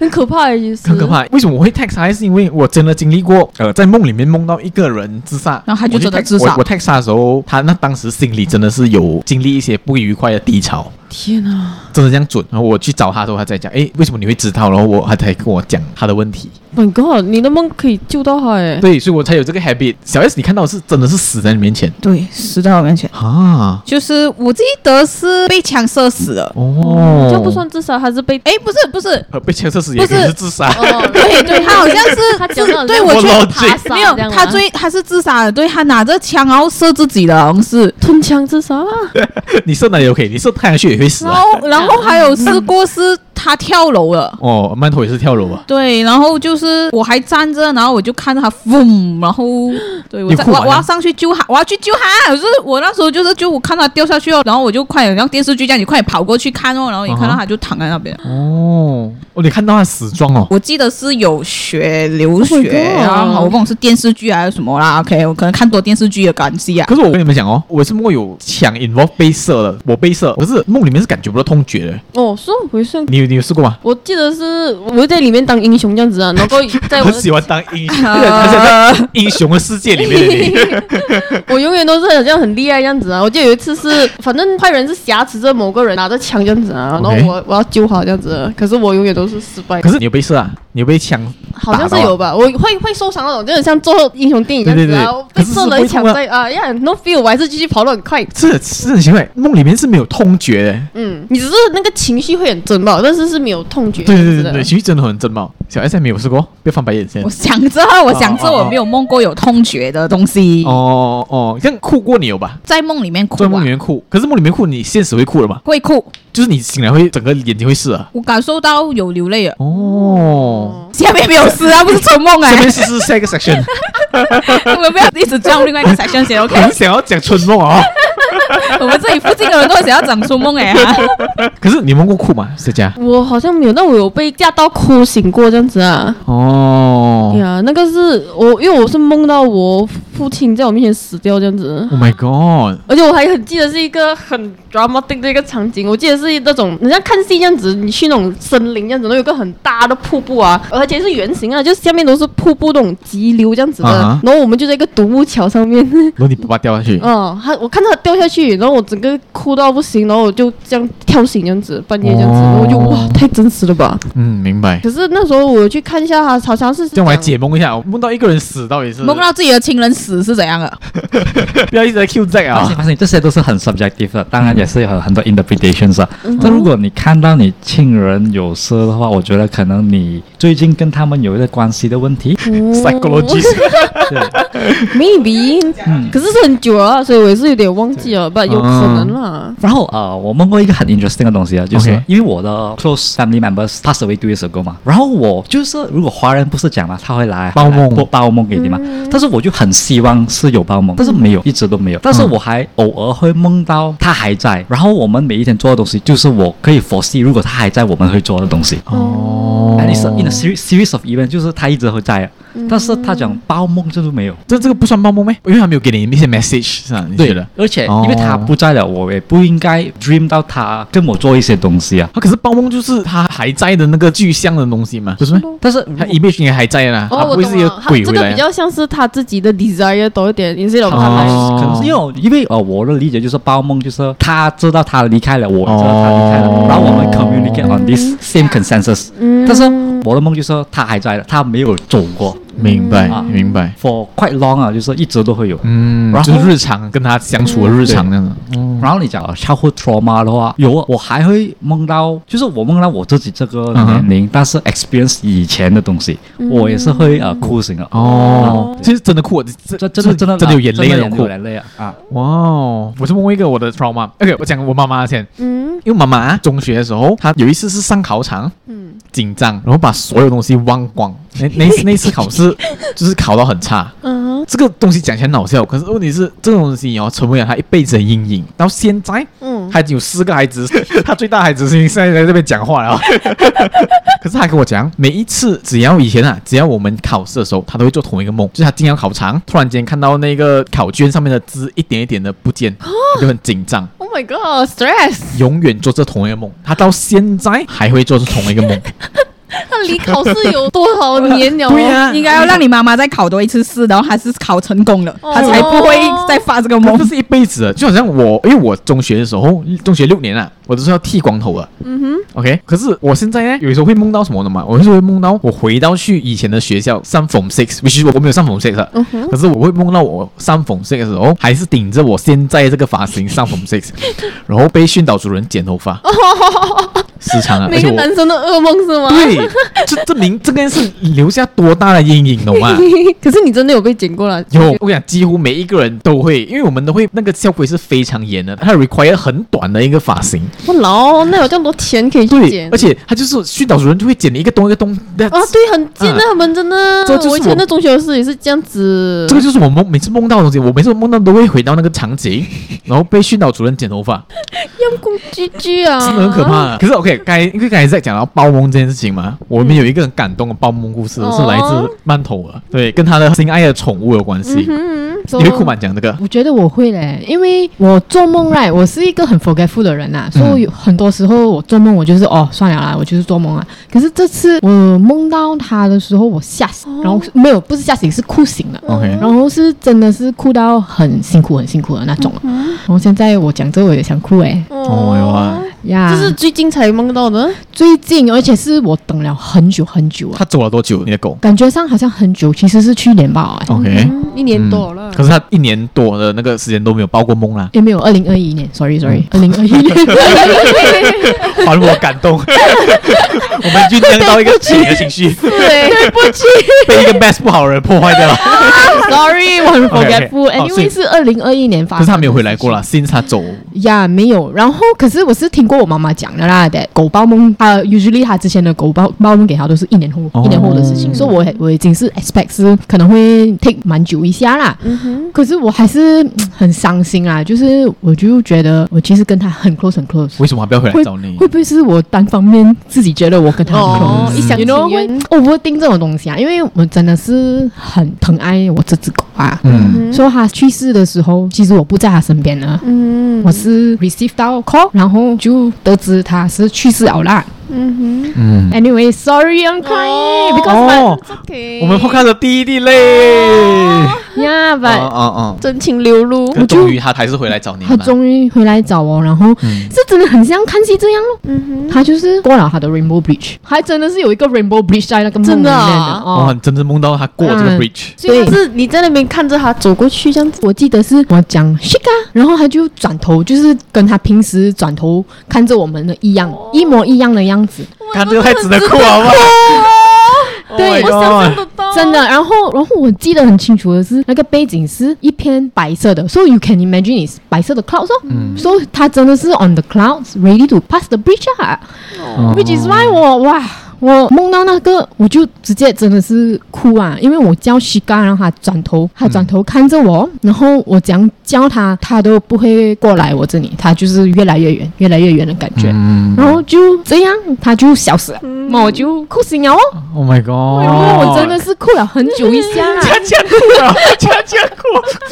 很可怕耶，其实很可。怕。为什么我会 text 他？是因为我真的经历过，呃，在梦里面梦到一个人自杀，然后他就我去真的 text- 自杀我我 text 他的时候，他那当时心里真的是有经历一些不愉快的低潮，天嗯哪，真的这样准。然后我去找他的时候，他在讲，诶，为什么你会知道？然后我他才跟我讲他的问题。本哥，Oh 你的梦可以救到他哎。对，所以我才有这个 habit。小 S，你看到的是真的是死在你面前对，死在我面前，啊？就是我记得是被枪射死了。嗯哦，这不算自杀，他是被诶，不是不是，呃被枪射死，也可以不是是自杀。哦，对对，他好像是他讲到对很像我去我爬山没有这样，吗他最他是自杀的，对他拿着枪然后射自己的，好像是。吞枪自杀，啊你射哪里 OK？你射太阳穴也会死然啊。后 然后还有试过是他跳楼了。哦，馒头也是跳楼啊。对，然后就是我还站着，然后我就看着他，嗡，然后对我你在哭我完了我要上去救他，我要去救他。就是我那时候就是就我看到他掉下去哦，然后我就快点让电视剧这样，你快点跑过去看哦，然后你看嗯到哼他就躺在那边。哦，哦，你看到他死状哦。我记得是有血流 Oh my 血 God 然后我忘了是电视剧还是什么啦。OK，我可能看多电视剧的关系啊 可。是我跟你们讲哦，我是梦有抢 involve 被射了，我被射，可是梦里面是感觉不到痛觉的。哦，是回事。你有你有试过吗？我记得是我在里面当英雄这样子啊，然后在我很的喜欢当英 雄，而且而且在英雄的世界里面的 你，我永远都是好像很厉害这样子啊！我记得有一次是，反正坏人是挟持着某个人拿着枪这样子啊，然后 OK 我我要救他这样子，啊可是我永远都是失败可。是你有被射啊，你有被枪，好啊像是有吧，我会会受伤那种，就很像做英雄电影这样子啊，我对对对被可是射了一枪是不会在啊 呀，no feel，我还是继续跑得很快。这是很奇怪，梦里面是没有痛觉的。嗯，你只是那个情绪会很真吧，但是是没有痛觉。这对样对子对的对，其实真的很真嘛。小 S 还没有试过，不要翻白眼先我。想着，我想哦着，哦哦我没有梦过有痛觉的东西，哦哦，像哭过你有吧？在梦里面哭在梦啊里，面哭，可是梦里面哭，你现实会哭了嘛？会哭，就是你醒来会整个眼睛会湿啊。我感受到有流泪了。哦，下面没有诗啊，不是春梦下哎、面是是下一个 section，我们不要一直讲另外一个 section 写 OK， 我们想要讲春梦啊、我们这里附近的人都想要讲春梦哎、哈 可是你梦过哭吗？谁家？我好像没有，但我有被吓到哭醒过这样子啊。哦对，啊，那个是我，因为我是梦到我父亲在我面前死掉这样子。 Oh my god！而且我还很记得是一个很 dramatic 的一个场景，我记得是那种你像看戏这样子，你去那种森林这样子，那有一个很大的瀑布啊，而且是圆形啊，就是下面都是瀑布那种急流这样子的啊哈然后我们就在一个独木桥上 面，然后你爸爸掉下去，嗯，他我看他掉下去，然后我整个哭到不行，然后我就这样跳醒这样子，半夜这样子，哦然后我就哇，太真实了吧！嗯，明白。可是那时候我有去看一下他，好像是这样我来解梦一下，我梦到一个人死到底是梦到自己的亲人死是怎样啊的？不要一直在 Q 在 而啊哦嗯且。发现这些都是很 subjective 的，当然也是有很很多 interpretations 啊。但如果你看到你亲人有事的话，我觉得可能你最近跟他们有一个关系的问题。嗯 Psychologist， maybe，、可嗯是是很久了啊，所以我也是有点忘记了，不有可能啦。嗯然后呃，我问过一个很 interesting 的东西啊，就是 OK 因为我的 close family members passed away two years ago 嘛，然后我就是如果华人不是讲嘛，他会来报梦报报梦给你嘛，但是我就很希望是有报梦，但是没有，一直都没有。但是嗯我还偶尔会梦到他还在，然后我们每一天做的东西就是我可以 foresee 如果他还在我们会做的东西。哦 And it's in a series series of event，就是他一直会在啊，但是他讲报梦就是没有。这这个不算报梦咩？因为他没有给你一些 message 是吧？你觉对得？的，而且因为他哦不在了，我也不应该 dream 到他跟我做一些东西啊。他可是报梦就是他还在的那个具象的东西嘛，不是吗？但是他 image 应该还在啦，他哦，我不会是懂有了，他鬼这回个来比啊。较像是他自己的 desire 多一点，也是有他来。哦可能是因为我因为呃我的理解就是包梦就是他知道他离开了，我知道他离开了，哦然后我们 communicate on this same consensus，、但嗯是我的梦就是他还在的，他没有走过明白嗯啊，明白。 for quite long 啊，就是一直都会有。嗯，然后嗯就是日常跟他相处的日常那样的。然后你讲 childhood trauma 的话，有啊我还会梦到，就是我梦到我自己这个嗯哼年龄，但是 experience 以前的东西，我也是会呃哭醒的。哦，其实真的酷，这这真的真的真的有眼泪那种真的有酷。眼泪啊啊！哇哦，我是问一个我的 trauma。OK，我讲我妈妈先，嗯因为妈妈中学的时候，她有一次是上考场，嗯，紧张，然后把所有东西忘 光。那那一次那一次考试就是考到很差。 嗯这个东西讲起来很好笑，可是问题是这种东西哦，成为了她一辈子的阴影。到现在，嗯，她已经有四个孩子， 她最大的孩子是现在在这边讲话了。 可是她跟我讲，每一次只要以前啊，只要我们考试的时候，她都会做同一个梦，就是她进到考场，突然间看到那个考卷上面的字一点一点的不见，她就很紧张。 Oh my God，stress！永远做这同一个梦，他到现在还会做这同一个梦。他离考试有多少年了？ 对啊呀嗯应该要让你妈妈再考多一次试，然后她是考成功了，哦她才不会再发这个他 梦这。是一辈子的，就好像我，因为我中学的时候，中学六年啊，我都是要剃光头的。嗯哼，OK。可是我现在呢，有时候会梦到什么的嘛？我就是会梦到我回到去以前的学校上 form six，which is 我没有上 form six 的，嗯哼可是我会梦到我上 form six 的时候，还是顶着我现在这个发型上 form six，然后被训导主任剪头发，时常啊，而每且个我男生的噩梦是吗？对，这证明这件事留下多大的阴影，懂吗？ 可是你真的有被剪过了？有，我跟你讲，几乎每一个人都会，因为我们都会那个校规是非常严的，它 require 很短的一个发型，我老，那有这么多钱可以去对，剪而。且他就是训导主任就会剪一个洞一个洞，那、啊，对，很贱的，嗯他们真的这就是。我以前的中学老师也是这样子。这个就是我梦每次梦到的东西，我每次梦到都会回到那个场景，然后被训导主任剪头发，用工具具啊，真的很可怕。可是 OK，刚才因为刚才在讲到包梦这件事情嘛，我们有一个很感动的包梦故事，哦是来自曼头的，对，跟他的心爱的宠物有关系。嗯。嗯，你会哭吗？讲这个？我觉得我会嘞，因为我做梦 right，我是一个很 forgetful 的人啊嗯呐、所以我有很多时候我做梦，我就是哦算了啦，我就是做梦啊。可是这次我梦到他的时候，我吓醒，然后没有不是吓醒，是哭醒了。 OK 嗯然后是真的是哭到很辛苦、很辛苦的那种了。啊然后现在我讲这个我也想哭哎、哦有啊，呀！这是最近才梦到的。最近，而且是我等了很久很久啊，他走了多久？你的狗感觉上好像很久，其实是去年吧、哎，？OK，、嗯一年多了。可是他一年多的那个时间都没有报过梦啊啦 也没有，二零二一年，sorry 嗯 sorry，二零二一年。还我感动。 我们酝酿到一个情的情 绪，对，对不起被一个 best 不好的人破坏掉了。 Sorry，我很 OK，OK， forgetful。哦所以 Anyway，是二零二一年发可是生的事情，他没有回来过啦，since 他走。呀没有。然后，可是我是听过我妈妈讲的啦的，狗包梦，她 usually 她之前的狗包包梦给她都是一年后、哦一年后的事情，所以我我已经是 expect 是可能会 take 蛮久一下啦。嗯可是我还是嗯很伤心啦，就是我就觉得我其实跟她很 close 很 close，为什么还不要回会来找你会？不会是我单方面自己觉得我跟他很 close？哦，一厢 you 情 know 会愿。我不会盯这种东西啊，因为我真的是很疼爱我这只狗啊。嗯所以它去世的时候，其实我不在它身边了。嗯我是 receive 到 call，然后就得知它是去世了啦。嗯嗯， Anyway，sorry 哦 I'm crying because my- 哦，哼，OK，我们 p o 的第一滴泪， yeah 哦 but 哦哦，真情流露可，是终于他还是回来找你他了。终于回来找我，然后是真的很像看戏这样咯。嗯他就是过了他的 Rainbow Bridge，还真的是有一个 Rainbow Bridge 在那个梦里真面的的啊哇，哦。你真正梦到他过这个嗯 bridge，所以是你在那边看着他走过去这样子，我记得是我讲 Shika，然后他就转头，就是跟他平时转头看着我们的一样，哦一模一样的样子。看这个太值得哭啊好不好？对 Oh my 我 god 想象得到，真的，然后，然后我记得很清楚的是，那个背景是一片白色的，so you can imagine is 白色的 clouds 哦、s o 它真的是 on the clouds ready to pass the bridge 啊、w h i c h is why 我哇，我梦到那个我就直接真的是哭啊，因为我叫西嘎，然后他转头，他转头看着我，然后我讲叫他，他都不会过来我这里，他就是越来越远，越来越远的感觉，嗯然后就这样，他就消失了，那、我就哭醒了哦。 Oh my god！因嗯为我真的是哭了很久一下， 恰恰哭啊，恰恰哭，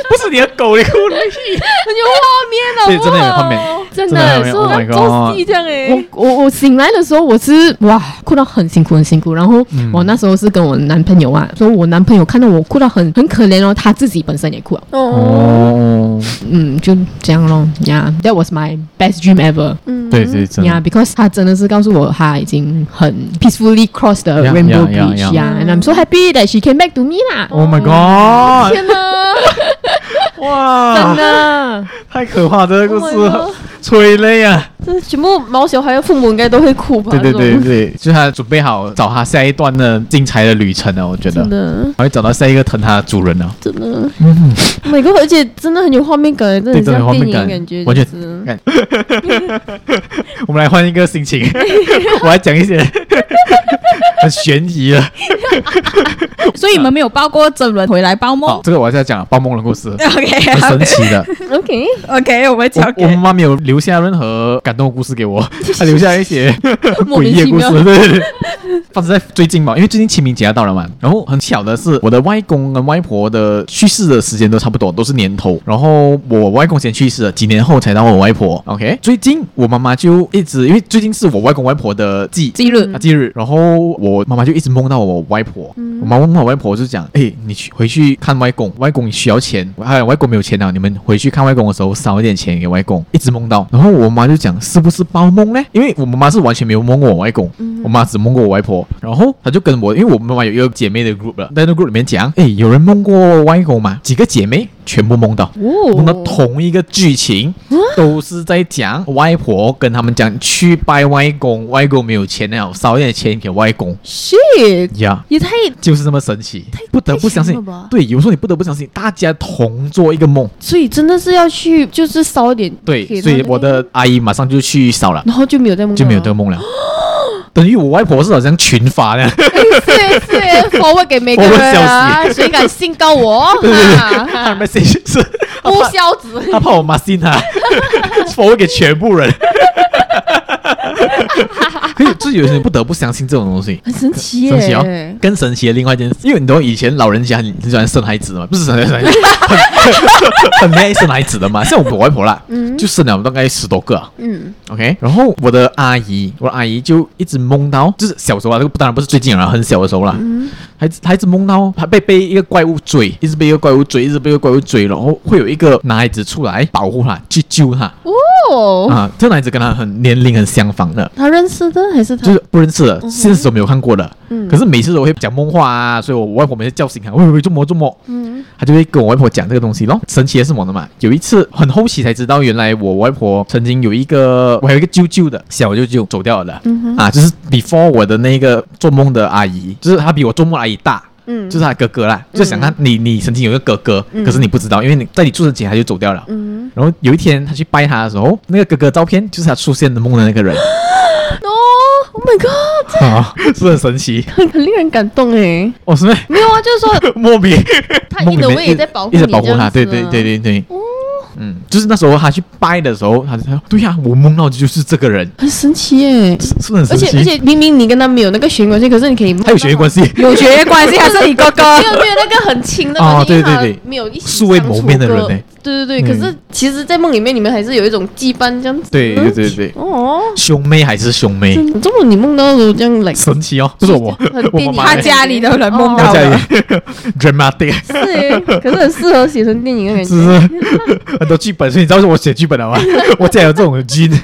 不是你的狗，你哭了。很有画面啊，对真的有画面哇，真真的有画的面 Oh my 是我 god 做戏这样我哎，我我醒来的时候，我是哇哭到很辛苦很辛苦。然后嗯我那时候是跟我男朋友啊，说我男朋友看到我哭到很很可怜哦，他自己本身也哭了，哦，哦，嗯，就这样咯。Yeah, that was my best dream ever. 嗯，对对，真 Yeah, because 他真的是告诉我他已经很 peacefully crossed the Yeah, rainbow yeah, yeah, bridge. yeah. Yeah, and I'm so happy that she came back to me 啦。 Oh my god！天哪，哇真，的，太可怕，这个故 Oh 事催泪啊！这全部毛小孩的父母应该都会哭吧？对对这对种，对，就是他准备好找他下一段的精彩的旅程了，啊我觉得真的他会找到下一个疼他的主人啊了。真的，美国 Oh 而且真的很有画面感，真的对很真的像有画面电感影感觉，完全就是感 我们来换一个心情， 我来讲 一些很悬疑的。所以你们没有报过真人回来报哦梦，这个我还是要讲包梦的故 事， ？OK 哎很神奇的。 OK， OK，我们交我我给妈妈没有留下任何感动的故事给 我，她留下了一些莫诡名异的其故妙事。对对对，发生在最近嘛，因为最近清明节要到了嘛。然后很巧的是，我的外公跟外婆的去世的时间都差不多，都是年头。然后我外公先去世了，几年后才到我外婆。OK，最近我妈妈就一直，因为最近是我外公外婆的忌记录啊，忌日，然后我妈妈就一直梦到我外婆，我妈妈梦到我外婆就讲，哎，你去回去看外公，外公需要钱，还有外公没有钱啊了，你们回去看外公的时候少一点钱给外公，一直梦到，然后我妈就讲是不是包梦呢？因为我妈妈是完全没有梦过我外公，我妈只梦过我外婆，然后她就跟我，因为我妈妈有一个姐妹的 group 了，在那 group 里面讲，哎，有人梦过外公吗？几个姐妹全部梦到，梦哦到同一个剧情，都是在讲外婆跟他们讲去拜外公，外公没有钱了，少一点钱给外公 shit，呀。也太就是这么神奇，不得不相信太强了吧。对，有时候你不得不相信，大家同做一个梦。所以真的是要去，就是烧一点对给，他所以们嗯我的阿姨马上就去扫了，然后就没有再梦到了，就没有这 个梦了。等于我外婆是好像群 发的，谢谢 forward 给每个人 啊，谁敢信告我？她的哈 message 是她不怕孝子，她怕我妈信她， 否我给全部人。 可以，就是有些人不得不相信这种东西。很神奇神奇耶哦！！更神奇的另外一件事，因为你懂以前老人家很很喜欢生孩子的嘛，不是生孩子，很很很爱生孩子的嘛。像我外婆啦，就生了大概十多个啊、嗯， OK，然后我的阿姨，我的阿姨就一直梦到，就是小时候啊，这个当然不是最近啊，很小的时候啦，还还一直梦到她被被一个怪物追，一直被一个怪物追，一直被一个怪物追，然后会有一个男孩子出来保护她，去救她哦，啊。这个男孩子跟她很年龄很相仿的，他认识的还是他就？是不认识的，现实中没有看过的。嗯可是每次都会讲梦话啊，所以我外婆每次叫醒她，喂喂，做么做么，嗯她就会跟我外婆讲这个东西咯。神奇的是什么呢嘛？有一次很后期才知道，原来我外婆曾经有一个，我还有一个舅舅的小舅舅走掉了、嗯啊，就是 before 我的那个做梦的阿姨，就是她比我做梦的阿姨大。嗯，就是她哥哥啦，就想看你，你曾经有一个哥哥，可是你不知道，因为你在你出生前他就走掉了。嗯然后有一天他去拜他的时候，那个哥哥照片就是他出现的梦的那 个人， ，No，Oh 哦，Oh my God，啊， 是不是很神奇。很很令人感动哎！哦，是吗？没有啊，哦就是说 莫名，他梦一里的面位也在保护一你，直保护他，这对样子啊对对对对对。嗯，就是那时候他去拜的时候，他就说：“对呀、我梦到的就是这个人，很神奇耶！是是很神而且奇。而且明明你跟他没有那个血缘关系，可是你可以还有血缘关系，有血缘关系还是你哥哥没？有没有那个很亲的关系，因哦为对他对对没有一起素未谋面的人相处过呢对对对，嗯可是其实，在梦里面你们还是有一种羁绊这样子。对对对对，哦，兄妹还是兄妹，真这么你梦到的时候这样来，神奇哦！这是我很 我电影妈他妈家里的人梦我到家了里 dramatic，是耶，可是很适合写成电影的感是啊觉。不是很多剧本，所以你知道是我写剧本 了吗？我竟然有这种基因。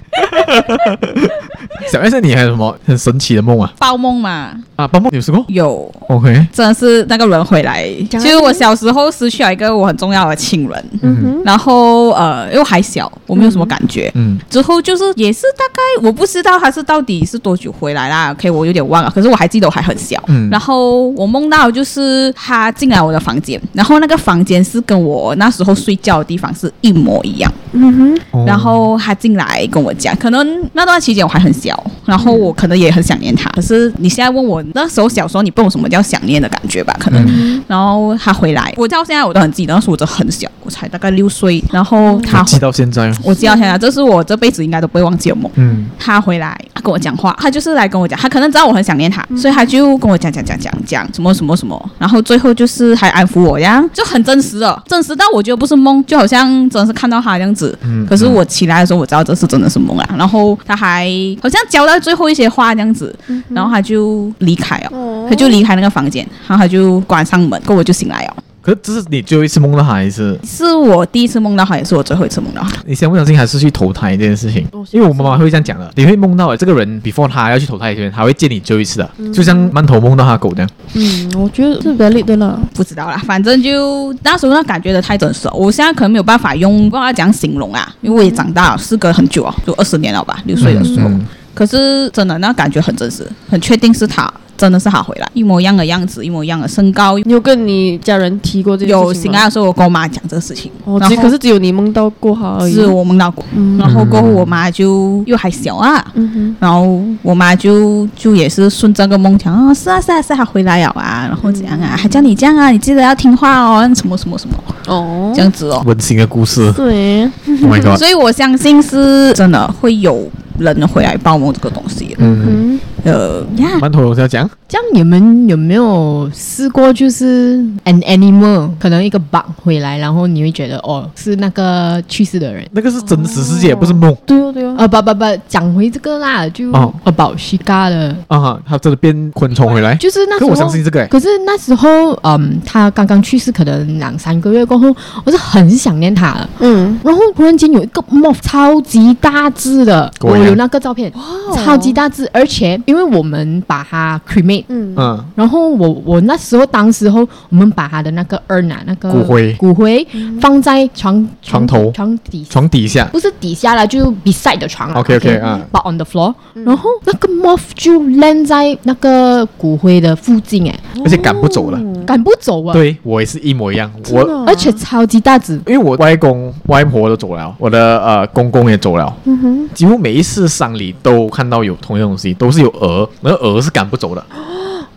小 S，你还有什么很神奇的梦啊？报梦嘛，啊，帮梦有什么有。 ？OK，真的是那个人回来，讲就到是我小时候失去了一个我很重要的亲人，嗯然后呃，因为我还小，我没有什么感觉。嗯之后就是也是大概我不知道他是到底是多久回来啦，OK，我有点忘了，可是我还记得我还很小。嗯然后我梦到就是他进来我的房间，然后那个房间是跟我那时候睡觉的地方是一模一样。哼，嗯哼，哦然后他进来跟我讲，可能那段期间我还很小，然后我可能也很想念他。可是你现在问我那时候小时候，你不懂什么叫想念的感觉吧？可嗯能。嗯然后他回来，我到现在我都很记得，那时候我真的很小，我才大概六岁。然后他我回记，到现在哦，我记到现在，这是我这辈子应该都不会忘记的梦。嗯，他回来，他跟我讲话，他就是来跟我讲，他可能知道我很想念他，所以他就跟我讲讲讲讲讲什么什么什么，然后最后就是还安抚我呀，就很真实的，真实到我觉得不是梦，就好像真的是看到他这样子。嗯可是我起来的时候，我知道这是真的是梦啦。啊然后他还好像交代最后一些话这样子，然后他就离开了，哦他就离开那个房间，然后他就关上门，跟我就醒来了。可是这是你最后一次梦到他，还是是我第一次梦到他，也是我最后一次梦到他。你相不相信还是去投胎这件事情？因为我妈妈会这样讲啊的，你会梦到这个人 before 他要去投胎前，他会见你最后一次的，就像馒头梦到他狗这样。嗯，我觉得是 valid 的啦。不知道啦，反正就那时候那感觉的太真实了，我现在可能没有办法用办法讲形容啊，因为我也长大了，事隔很久啊，就二十年了吧，六岁的时候。嗯可是真的那感觉很真实，很确定是他，真的是他回来，一模一样的样子，一模一样的身高。你有跟你家人提过这个有事情醒吗来的时候，我跟我妈讲这个事情，哦，然只后可是只有你梦到过他而已。是我梦到过，嗯然后过后我妈就又还小啊，嗯哼，然后我妈就就也是顺这个梦讲啊、是啊是啊是啊，她回来了啊，然后怎样啊，还叫你这样啊，你记得要听话哦，什么什么什么嗯哦这，样子哦。温馨的故事对， ，Oh my god！所以我相信是真的会有人回来报梦这个东西的。嗯，嗯，呃 呀，馒头有是要讲，这样你们有没有试过，就是 an animal 可能一个 bug 回来，然后你会觉得哦是那个去世的人？那个是真实世界，不是梦对哦对哦，啊呃不不不，讲回这个啦，就哦 about Shika 的，啊！他真的变昆虫回来，就是那可我时相候信这个哎，可是那时候，嗯，他刚刚去世，可能两三个月过后，我是很想念他的。嗯，然后突然间有一个 m o 超级大只的，果我然哦有那个照片，超级大只，而且因为我们把它 cremate，嗯嗯，然后我我那时候当时候我们把他的那个 urn 啊那个骨灰骨灰嗯放在床床头床底下。床底下不是底下啦，就 beside 的床啦 OK，OK， OK，啊 but on the floor，、然嗯后那个 moth 就 land 在那个骨灰的附近，哎，而且赶不走了。哦嗯赶不走啊！对我也是一模一样，我啊而且超级大只，因为我外公外婆都走了，我的呃公公也走了，嗯哼，几乎每一次丧礼都看到有同样的东西，都是有鹅，而鹅是赶不走的。哦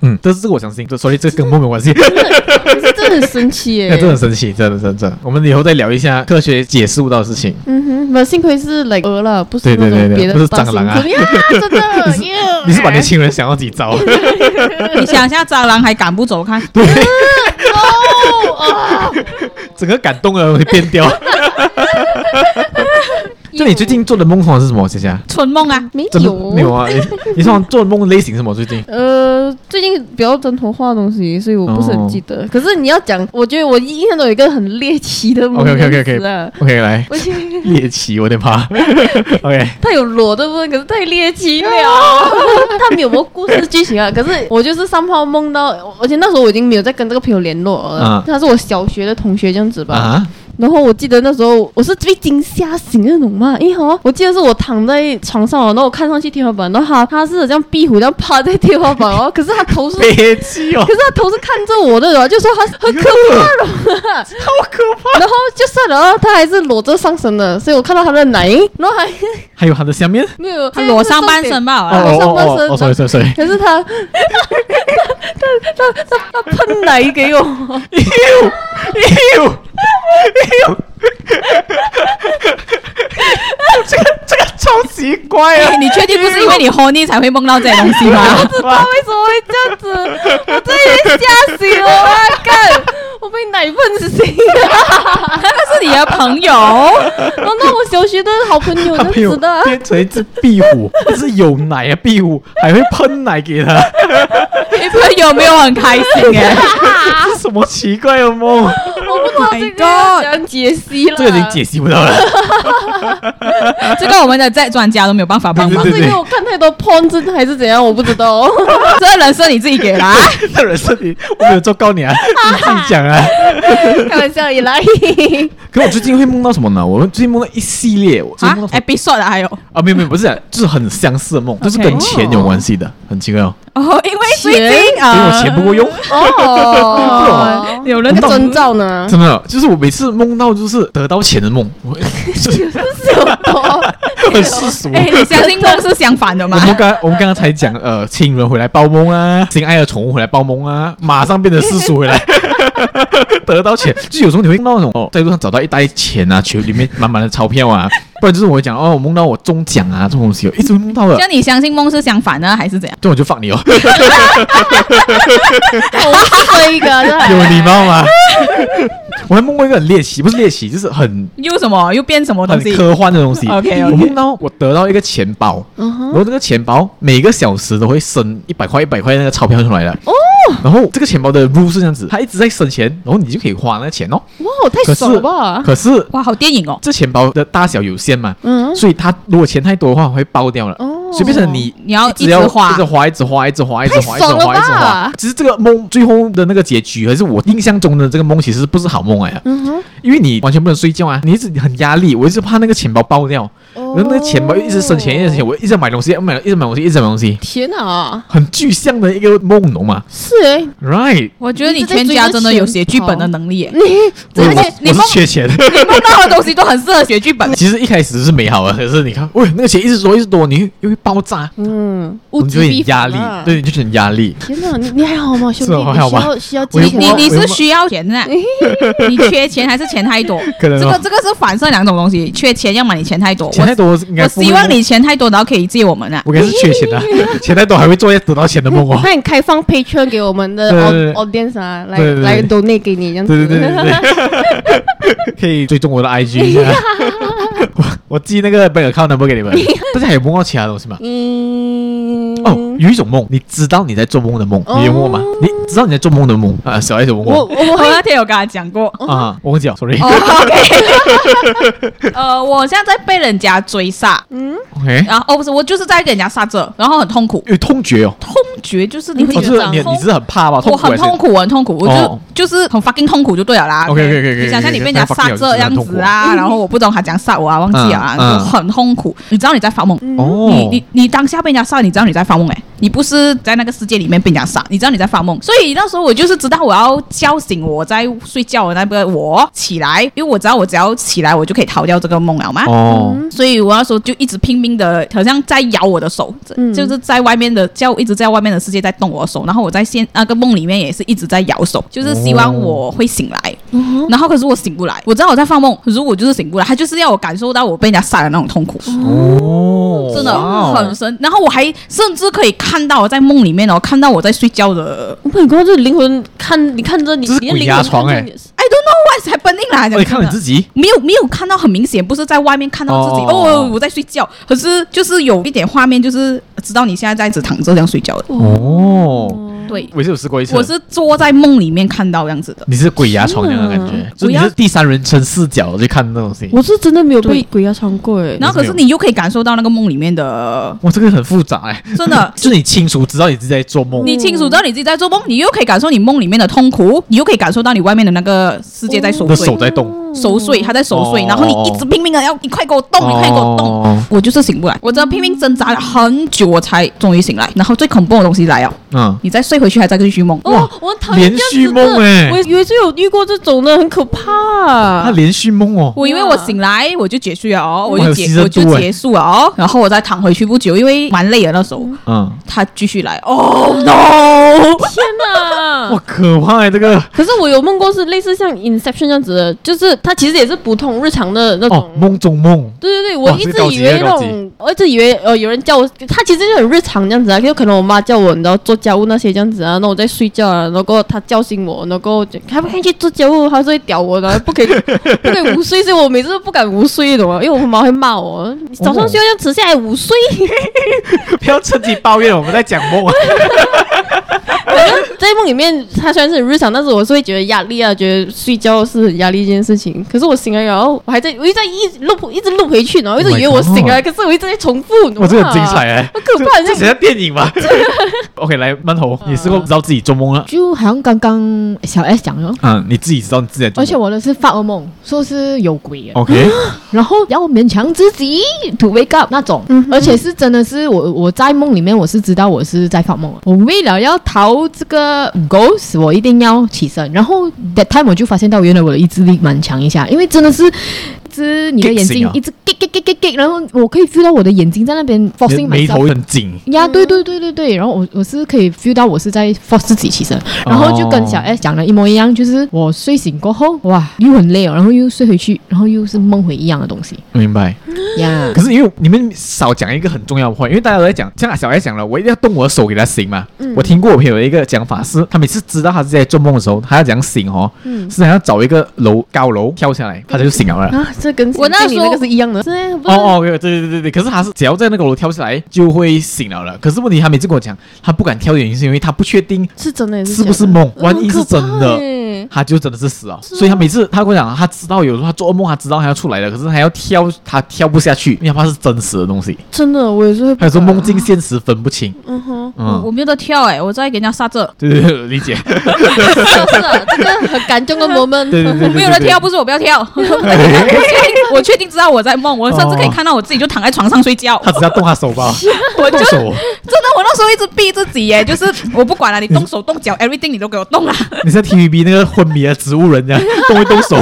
嗯，这是这个我相信，这所以这跟梦没有关 系，可是真的很神奇耶那， 哎真的很神奇，真的真的真的。我们以后再聊一下科学解释不到的事情。嗯哼，那幸亏是 like 鹅了，不对是那对对种对别的不是大蟑螂啊型昆虫呀， 真 的，耶你是把年轻人想到几招？嗯你想一下，蟑螂还赶不走，看 整个感动的东西变 掉。就你最近做的梦况是什么？谢谢啊。春梦 啊，没真的有没有啊？你你说做的梦类型是什么？最近呃，最近比较真童话的东西，所以我不是很记哦得。可是你要讲，我觉得我印象中有一个很猎奇的梦 OK，OK，OK，OK 死了 OK 来我觉得猎奇，我有点怕。OK，它有裸的部分，可是太猎 奇了。它没有什么故事剧情啊，可是我就是上炮梦到，而且那时候我已经没有再跟这个朋友联络了啊，他是我小学的同学这样子 吧。啊，然后我记得那时候我是被惊吓醒那种嘛，因为哦，我记得是我躺在床上哦，然后我看上去天花板，然后他他是这样壁虎这样趴在天花板哦， 可是他头是，可猎奇哦，是他头是看着我的哦，就说他是很可怕了，好可怕。然后就算了哦，他还是裸着上身的，所以我看到他的奶，然后还还有它的下面没有它裸上半哦身。吧？啊我上半身 哦，sorry sorry sorry，可是他，他他他他喷奶给我，哎呦哎呦哎呦，奇怪啊！哎你确定不是因为你 horny 才会梦到这些东西 吗？道为什么会这样子，我 真的吓死我了！干，我被奶喷死！那是你的朋 友。 难道哦我小学的好朋友他就朋友知道？变成一只壁虎，一只有奶的壁虎，还会喷奶给他，你朋友没有很开心 哎、这什么奇怪的梦？ 我不知道这 My 个要怎样解析了。这个已经解析不到了。这个我们的在专家都没有办法帮不忙知道。是因为我看太多 porn 真的还是怎样，我不知道。哦 这个人设你自己给啦。啊那人是你，我没有做告你啊，你自己讲啊。开玩笑以来，可我最近会梦到什么呢？我最近梦到一系列，我最啊近梦到什么？ ，episode 啊还有啊，没有没有，不是啊，就是很相似的梦，都是跟钱有关系的，很奇怪哦。哦，因为最近因为啊，我钱 不够用，哦，有人那跟个征踪兆呢？真的，就是我每次梦到就是得到钱的梦， 我 很世俗。哎、你相信梦是相反的我吗？们刚我们刚刚才讲，呃，亲人回来报梦啊，心爱的宠物回来报梦啊，马上变成世俗回来， 得到钱。就有时候你会梦到那种哦，在路上找到一袋钱啊，球里面满满的钞票啊，不然就是我会讲哦，我梦到我中奖啊，这种东西哦，一直会梦到 的。像你相信梦是相反呢，还是怎样？这我就放 你哦，这一个真的有礼 貌吗？我还梦过一个很猎奇，不是猎奇，就是很又什么？又变什么东很西？科幻的东西。 OK，OK 我梦到我得到一个钱包，嗯然后这个钱包每个小时都会升一百块、一百块那个钞票出来的。哦。然后这个钱包的 rule 是这样子，它一直在生钱，然后你就可以花那个钱哦。哇，太可是爽了吧！可是哇，好电影哦！这钱包的大小有限嘛，嗯所以它如果钱太多的话会爆掉了。哦。所以变成你你要一一直直要花一直花，一直花，一直花，一直花，一直太爽了花，吧一直花。其实这个梦最后的那个结局，还是我印象中的这个梦，其实不是好梦来的。嗯哼，因为你完全不能睡觉啊，你一直很压力，我一直怕那个钱包爆掉，哦然后那个钱包一直生钱，一直生钱，我一直在买东西，买一直买东西，一直买东西，天哪，很具象的一个梦，你懂吗是哎， ？Right，我觉得你全家真的有写剧本的能力耶，我而且我你我是梦缺钱。 你梦到的东西都很适合写剧本。其实一开始是美好的，可是你看，喂，那个钱一直多一直多，你又又会爆炸，嗯，物你就极会必有压反力啊，对，你就很压力。天哪，你你还好吗，兄弟？是啊我还好你需吧要需要 我借又钱你吗你我又是需要 钱的，你缺钱还是钱太多？可能这个哦这个是反射两种东西，缺钱要么你钱太多，钱太多我应该我不会希望你钱太多，然后可以借我们啊。我应该是缺 钱的，钱太多还会做一些得到钱的梦哦。那你开放 Patreon 给我们的对对对 au- audience 啊，来对对对来 donate 给嗯你这样子。对对对对 对，可以追踪我的 IG 一下。我我寄那个 bank account number 给你们。大家还有梦到其他东西吗？ 嗯，哦，有一种梦，你知道你在做梦的梦，你有梦吗？你知道你在做梦的梦啊？小 S 有梦我过我哦我哦那天有跟他讲过，哦啊？ 我忘记了，sorry。 呃，我现在在被人家追杀，嗯 OK，然后哦不是，我就是在给人家杀着，然后很痛苦。有痛觉哦，痛觉就是你自哦，己是掌你控你是很怕吧？我痛苦还很是痛苦，我很痛苦，我就、哦就是很 fucking 痛苦就对了啦。 OK，OK，OK，OK，OK，OK，你想象你被人家杀这样子啊，然后我不懂他讲杀我啊，忘记了啊，嗯嗯就很痛苦。你知道你在发梦，你哦，你你当下被人家杀，你知道你在发梦哎、你不是在那个世界里面被人家杀，你知道你在发梦。所以那时候我就是知道我要叫醒我在睡觉的那个我起来，因为我知道我只要起来我就可以逃掉这个梦了嘛。哦，所以我那时候就一直拼命的，好像在咬我的手，这嗯就是在外面的叫，一直在外面的世界在动我的手，然后我在现那个梦里面也是一直在咬手，就是希望我会醒来，然后可是我醒不来，我知道我在发梦，可是我就是醒不来，他就是要我感受到我被人家杀的那种痛苦，哦，真的哇哦很深。然后我还甚至可以看到我在梦里面哦，看到我在睡觉的我很光这灵魂看你看着你，这是你的鬼灵压魂床看着欸你的，I don't know what's happening 啦，哦你看你自己。己，没有没有看到很明显，不是在外面看到自己哦哦我在睡觉，可是就是有一点画面，就是知道你现在在只躺着这样睡觉的。哦，对，我也是有试过一次，我是坐在梦里面看到这样子的。你是鬼压床那样的感觉，嗯就我你要是第三人称视角去看那种东西。我是真的没有被对鬼压床过哎。然后可是你又可以感受到那个梦里面的，哇，这个很复杂哎，，真的 就是你清楚知道你自己在做梦，你清楚知道你自己在做梦，你又可以感受你梦里面的痛苦，你又可以感受到你外面的那个世界在熟你的手睡，在动，熟睡，他在熟睡哦，然后你一直拼命的要你快给我动，你快给我动，哦，我就是醒不来，我真的拼命挣扎了很久，我才终于醒来。然后最恐怖的东西来了，嗯，你再睡回去还在继续梦，哦，我讨厌连这样续子梦的欸我以为是有遇过这种的，很可怕他。连续梦哦，我因为我醒来我就结束了哦，我还有就结 season 我就 two 欸结束了哦，然后我再躺回去不久，因为蛮累的那时候，嗯，他继续来哦 no，天的哇，。可怕欸！这个可是我有梦过是类似像 Inception 这样子的，就是它其实也是普通日常的那哦种，。梦中梦， 对对对，我哇一这直高级以为这那高级种，我一直以为呃有人叫我，他其实就很日常这样子啊，就可能我妈叫我，你知道做家务那些这样子啊，那我在睡觉啊，然后她叫醒我，然后就还不可以去做家务，她就会屌我，然后不可以不可以午睡，所以我每次都不敢午睡，懂吗？因为我妈会骂我，你早上睡觉迟下来午睡，不要趁机抱怨我们在讲梦啊！在梦里面，它虽然是很日常，但是我是会觉得压力啊，觉得睡觉是很压力一件事情。可是我醒来然后，我还在，我一直在一路一直路回去，然后一直 Oh my 以为我醒来 God 可是我一直在重复。我真的很精彩哎、好可怕！这这只是电影嘛。OK，来，曼头，你试过知道自己做梦了？ 就好像刚刚小 S 讲的，嗯，你自己知道你自己在做而梦。且我的是发噩梦，说是有鬼啊的。 OK，然后 要勉强自己 to wake up 那种，而且是真的是我我在梦里面我是知道我是在发梦，啊我为了要逃这个 ghost，我一定要起身。然后 that time 我就发现到原来我的意志力蛮强一下，因为真的是。只你的眼激醒睛啊一直 g 给给给给，然后我可以 feel 到我的眼睛在那边 forcing 你的眉 myself 头很紧。呀，对对对对对，然后我我是可以 feel 到我是在 force 自己起身，然后就跟小哦 S 讲的一模一样，就是我睡醒过后，哇，又很累哦，然后又睡回去，然后又是梦回一样的东西明白。呀可。 Yeah 是因为你们少讲一个很重要的话，因为大家都在讲，像小 S 讲了，我一定要动我的手给他醒嘛。我听过我朋友的一个讲法是，他每次知道他是在做梦的时候，他要讲醒哦，嗯是他要找一个楼高楼跳下来，他就醒了啦。啊，这跟我那跟你时候那个是一样的，对，不哦是哦，对对对对对，可是他是只要在那个楼跳下来就会醒了了。可是问题他每次跟我讲，他不敢跳的原因是因为他不确定是真的也是不是假的梦，万一是真很可怕的，欸他就真的是死了。是啊所以他每次他跟我讲，他知道有时候他做噩梦，他知道他要出来了，可是他要跳，他跳不下去，因为他怕是真实的东西。真的，我也是会 不还有说敢梦境现实分不清，嗯哼，我嗯，我没有得跳哎、我在给人家刹这，对对对，理解。是啊，这个很感动的 moment，对对对对我没有得跳，不是我不要 跳，我确定我确定知道我在梦，我甚至可以看到我自己就躺在床上睡觉，哦他只要动他手吧，我就动真手。的我那时候一直逼自己耶，就是我不管了，你动手动脚 everything 你都给我动 了，你像 TVB 那个昏迷的植物人这样，动一动手。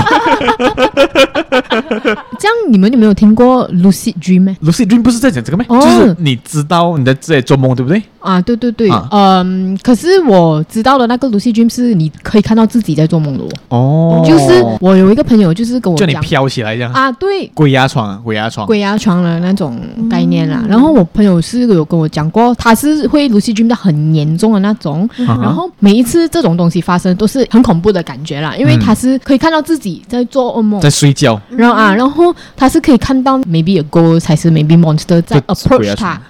这样你们有没有听过 lucid dream 呢？ Lucy Dream 不是在讲这个咩？哦就是你知道你在自己做梦，对不对？啊，对对对啊，嗯，可是我知道的那个 lucid dream 是你可以看到自己在做梦的哦，哦就是我有一个朋友就是跟我叫你讲飘起来这样。啊，对，鬼压床啊，鬼压床。鬼压床的那种概念啦。嗯然后我朋友是有跟我讲过，他是会 lucid dream 到很严重的那种，嗯哼然后每一次这种东西发生都是很恐怖的感觉啦，因为嗯他是可以看到自己在做噩梦在。嗯睡觉，然后啊，然后他是可以看到 maybe a ghost 还是 maybe monster 在这是鬼压床 approach 他，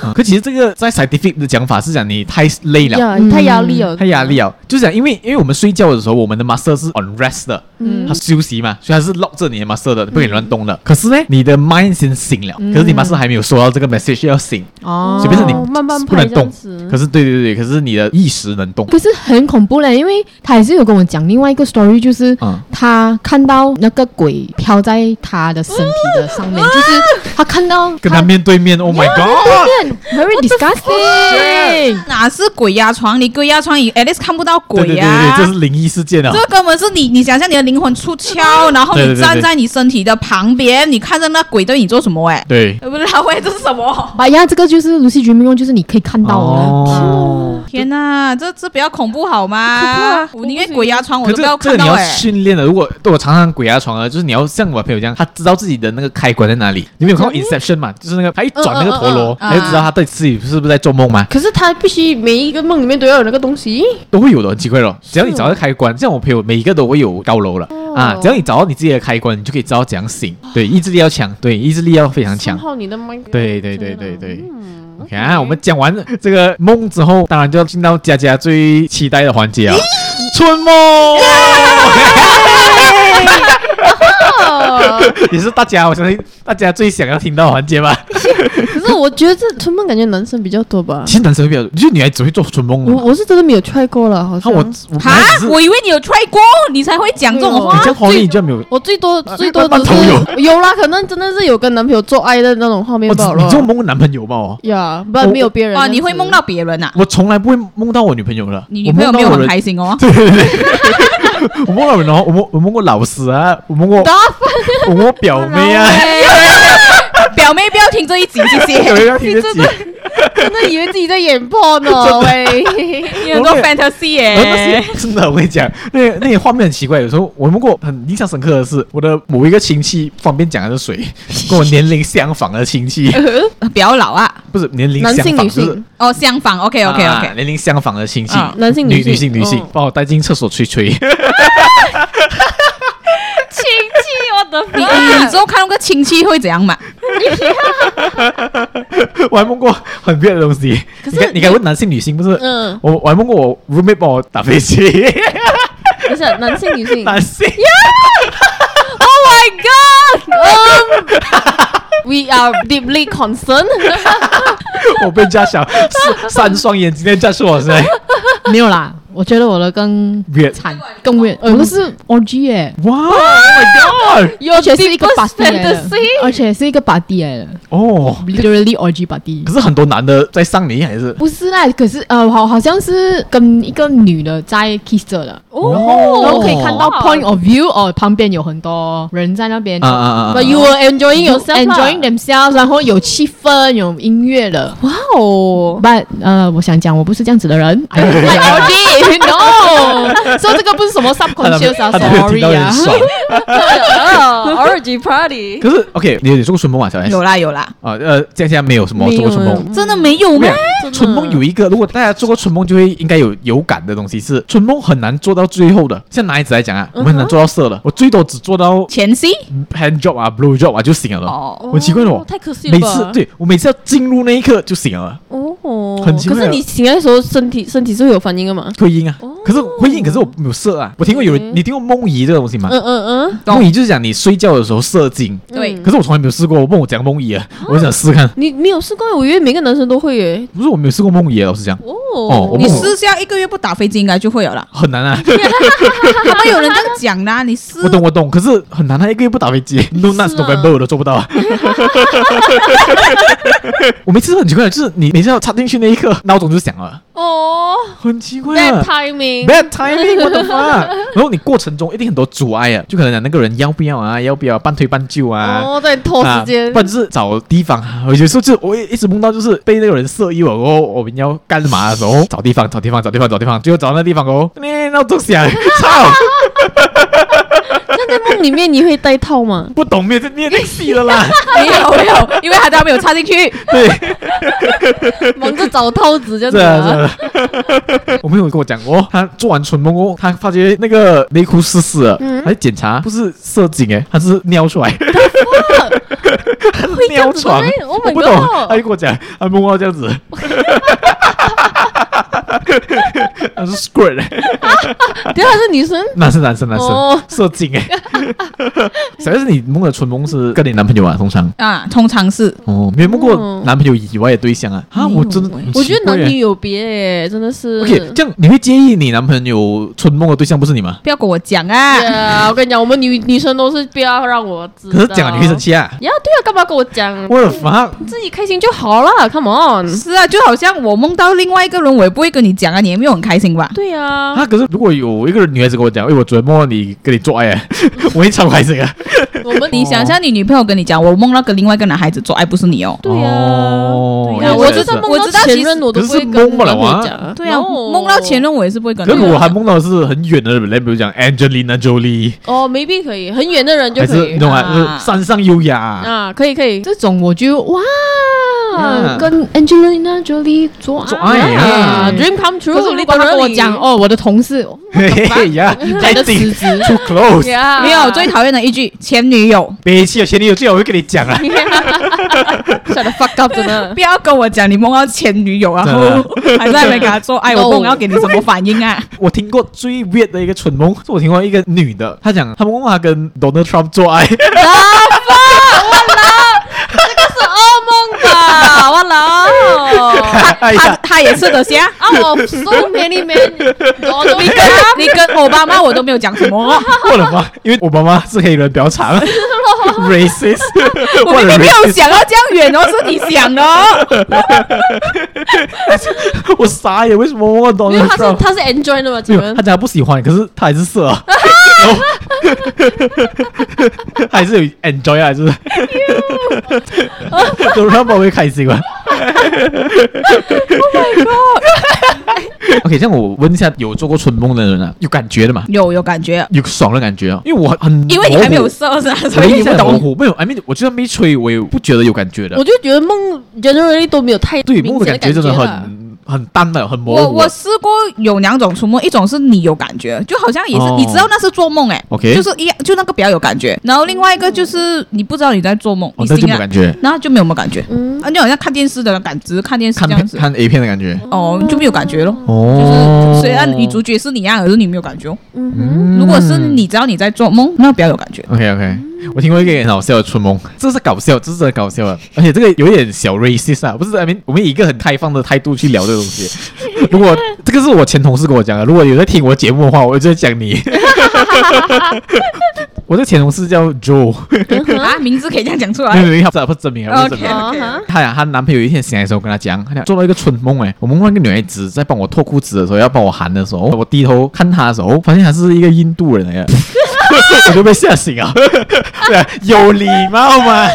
啊可其实这个在 scientific 的讲法是讲你太累了，哎呀，太压力了，嗯太压力了，就是讲因为因为我们睡觉的时候，我们的 muscle 是 on rest 的，嗯它休息嘛，所以它是 lock 着你的 muscle 的，不给你乱嗯动的。可是呢，你的 mind 先醒了，可是你 muscle 还没有收到这个 message 要醒，哦所以变成你慢慢不拍能这样动子。可是对对对，可是你的意识能动。可是很恐怖嘞，因为他也是有跟我讲另外一个 story，就是嗯他看到那个鬼飘在他的身体的上面，就是他看到跟他面 对面，Oh my God！ very disgusting。哪是鬼压床？你鬼压床，你 at least 看不到对鬼对对呀、对，这是灵异事件啊这！个根本是你，你想象你的灵魂出窍，然后对你对对站在你身体的旁边，你看着那鬼对你做什么、 欸？对，哎，不知道喂，这是什 么？哎呀，这个就是卢西局梦，就是你可以看到啊的。哦，天哪、这这比较恐怖好啊吗？我宁愿鬼压床，我可都这不个要这看个你到要哎、训练的。如果对我常常鬼压床啊，就是你要像我朋友这样，他知道自己的那个开关在哪里。你没有看过 Inception 嘛？就是那个他一转那个陀螺，嗯嗯嗯嗯嗯他就知道他对自己是不是在做梦嘛？可是他必须每一个梦里面都要有那个东西，都会有的，很奇怪咯。只要你找到开关，像我朋友每一个都会有高楼了啊。只要你找到你自己的开关，你就可以知道怎样醒。对，意志力要强，对，意志力要非常强。好你的麦。对对对对对。嗯 OK 啊，我们讲完这个梦之后，当然就要进到佳佳最期待的环节啊，春梦。 也是大家，我相信大家最想要听到的环节吧。可是我觉得这春梦感觉男生比较多吧其。实男生会比较，就是女孩子会做春梦我哦。我是真的没有 try 过了，好像看啊我，我哈，我以为你有 try 过，你才会讲这种对话哦。你叫黄丽，你居然没有，我最多最多慢慢只头是有啦，可能真的是有跟男朋友做爱的那种画面我吧只你就梦过男朋友吧？哦，呀，不我然没有别人哦，这样你会子梦到别人呐、啊？我从来不会梦到我女朋友了。你女朋友没有我很梦到开心 哦？我的我梦到人 哦，我梦我梦过老师啊，我梦过，我梦过表妹啊，表妹不要听这一集，谢有 谢。人要听自己，真的以为自己在演 porn 哦，喂，你很多 fantasy 哎耶、然后那些哎真的，我跟你讲，那个那些画面很奇怪。有时候我们过很印象深刻的是，我的某一个亲戚，方便讲的是谁，跟我年龄相仿的亲戚，比较老啊。不是年龄 男相性仿，女就是性哦，相反，OK OK 啊 OK，、年龄相仿的亲戚，啊男性女女性女性嗯，把我带进厕所吹吹。亲戚，我的你啊你之后看到个亲戚会怎样嘛？我还梦过很别的东西。你看，你敢问男性女性不是？嗯我我还梦过我 roommate 帮我打飞机，不是男性女性男性 Oh my god! Um, we are deeply concerned. 我被加小三三双眼，今天加出我 是没有啦，我觉得我的更 Weird 惨，更 weird，呃我的是 orgy 耶、哇，Oh my god！ Your 而且是一个 deepest party 来的 fantasy，而且是一个 party 来的哦， ，literally orgy party 可。是很多男的在上你还是不是啦，可是呃，好好像是跟一个女的在 kiss 着的， 哦然后可以看到 point of view，哦，旁边有很多人在那边啊啊啊啊 But you were enjoying yourself. lah. enjoying themselves，然后有气氛，有音乐的。哇哦 But 呃，我想讲，我不是这样子的人。I don't like orgy, no。说这个不是什么他男 subconscious 啊 他男听，sorry 到有啊点。 爽。 ，Orgy Party。可是 OK，你有做过春梦啊，小 S 有啦有啦，啊呃，现在现在没有什么做过春梦。真的没有没吗有？春梦有一个，如果大家做过春梦，就会应该有有感的东西是，春梦很难做到最后的。像男孩子来讲啊，我们很难做到色的，我最多只做到前戏 hand job 啊，blow job 啊就行了。哦，很奇怪哦，太可惜了每吧次对我每次要进入那一刻就醒了， 哦，很奇怪可啊是你醒来的时候，身体身体是会有反应的嘛？会阴啊。哦可是会阴，可是我没有射啊。我听过有人，你听过梦遗这个东西吗？嗯嗯嗯，梦遗就是讲你睡觉的时候射精，对嗯可是我从来没有试过。我问我讲梦遗啊，我想试看。你你有试过？我以为每个男生都会耶。不是我没有试过梦遗啊，老实讲，哦我哦，不你是。试下一个月不打飞机应该就会有了很 难啊。他们有人这样讲啦，你试我懂我懂，可是很难啊，一个月不打飞 机，No nuts November 我都做不到啊。我每次都很奇怪，就是你每次要插进去那一刻，闹钟就响了，哦很奇怪啊。 ，that timing。 Bad timing，我的妈！然后你过程中一定很多阻碍啊，就可能讲那个人要不要啊，要不要半推半就啊。哦，在拖时啊，间不。然就是找地方啊。有时候就我一直梦到，就是被那个人色诱了，然后我们要干嘛的时候，找地方，找地方，找地方，找地方，最后找到那地方哦，那闹钟响，操！那在梦里面你会戴套吗？不懂，没有在念那戏了啦。没有没有，因为他都没有插进去。对， 忙着找套子这样是子啊，啊。是啊。 我朋友跟我讲过，他做完春梦后，他发觉那个内裤湿湿了，嗯还检查不是射精诶，他是尿出来，他是这样尿子床的咩，Oh my 我不懂 god，他就跟我讲，他梦到这样子。他是 squirt，欸对啊，是女生。男生男生男哦生，射精哎。小 S，你梦的春梦是跟你男朋友啊？通常啊，通常是哦，没有梦过哦男朋友以外的对象啊？啊，我真的，很欸我觉奇得怪男耶女有别诶，真的是。 OK，这样你会介意你男朋友春梦的对象不是你吗？不要跟我讲啊。 对啊，我跟你讲，我们女女生都是不要让我知道。可是讲了你会生。气啊！呀，对啊，干嘛跟我讲？我的妈！自己开心就好啦 c o m e on。是啊，就好像我梦到另外一个人，我也不会跟你讲啊，你也没有很开心吧？对啊，啊，可是如果有一个女孩子跟我讲，哎，我昨天梦到你跟你做爱啊，嗯我会超开心啊！我们你想象你女朋友跟你讲，我梦到跟另外一个男孩子做爱，不是你哦。对啊，哦对啊我我也知是道梦我到知道前其实任我都可不是会梦跟不男了啊朋友讲对啊， No 梦到前任我也是不会跟可你是讲。我还梦到的是很远的人，比如讲 Angelina Jolie，哦，maybe 可以，很远的人就还可是以你懂吗？啊就是山上优雅，啊，可以可以，这种我就哇 Yeah 跟 Angelina Jolie 做爱做爱啊啊，dream come true。可是如果他跟我讲哦，我的同 事嘿 嘿 呀，来太的辞顶职， ，too close，呀，哦没有，最讨厌的一句前女友，憋气啊！前女友最好会跟你讲啊，吓得 fuck up 真的。 不要跟我讲你梦到前女友，然后还在那边跟他做爱， No 我梦要给你什么反应 啊？我听过最 weird 的一个蠢梦，是我听过一个女的，她讲她梦到她跟 Donald Trump 做爱，哦是噩梦吧？我啊老。，他哎呀，他也吃得下啊，我 so many men，我都你跟你跟欧巴妈我都没有讲什么，哦 我的妈！因为我妈妈是黑人，比 较长，racist，我我明的明没有 racist，想要这样远哦，是你想的哦。 我傻眼，为什么我懂因为了他是 Trump？他是 enjoy 的嘛，没请有，问 他讲他不喜欢，可是他还是色啊，还是有 enjoy 啊，是不是？都让宝贝开心吧。OK，这样我问一下，有做过春梦的人啊， 有感觉的嘛？有有感觉，有爽的感觉啊？因为我很，因为你还没有射是吧？所我以一你直不很模懂。糊，没有，I mean，我就算被吹，我也不觉得有感觉的我。就觉得梦 generally 都没有太对明梦显的的感觉真的了很很淡的，很模我糊我啊。试过有两种触摸，一种是你有感觉，就好像也是、哦你知道那是做梦哎、 OK 就是一样就那个比较有感觉，然后另外一个就是你不知道你在做梦，哦你这就醒没有来感觉，然后就没有什么感觉，啊，就好像看电视的感觉，只是看电视看这样片子，看 A 片的感觉。哦，就没有感觉咯。就是哦，虽然女主角是你啊，可是你没有感觉哦。嗯，如果是你知道你在做梦，那比较有感觉。 OK OK，我听过一个很好笑的春梦，这是搞笑，这是真的搞笑的，而且这个有点小 racist 啊，不是？I mean，我们以一个很开放的态度去聊这个东西。如果这个是我前同事跟我讲的，如果有在听我节目的话，我就在 讲你。我的前同事叫 Joe，啊，名字可以这样讲出没有来。没有，他不是真名啊，不是真 OK 名。啊她呀，她男朋友有一天醒来的时候跟她讲，她讲做了一个春梦哎，我梦到一个女孩子在帮我脱裤子的时候，要帮我喊的时候，我低头看她的时候，发现她是一个印度人哎呀，我就被吓醒啊！对啊，有礼貌吗？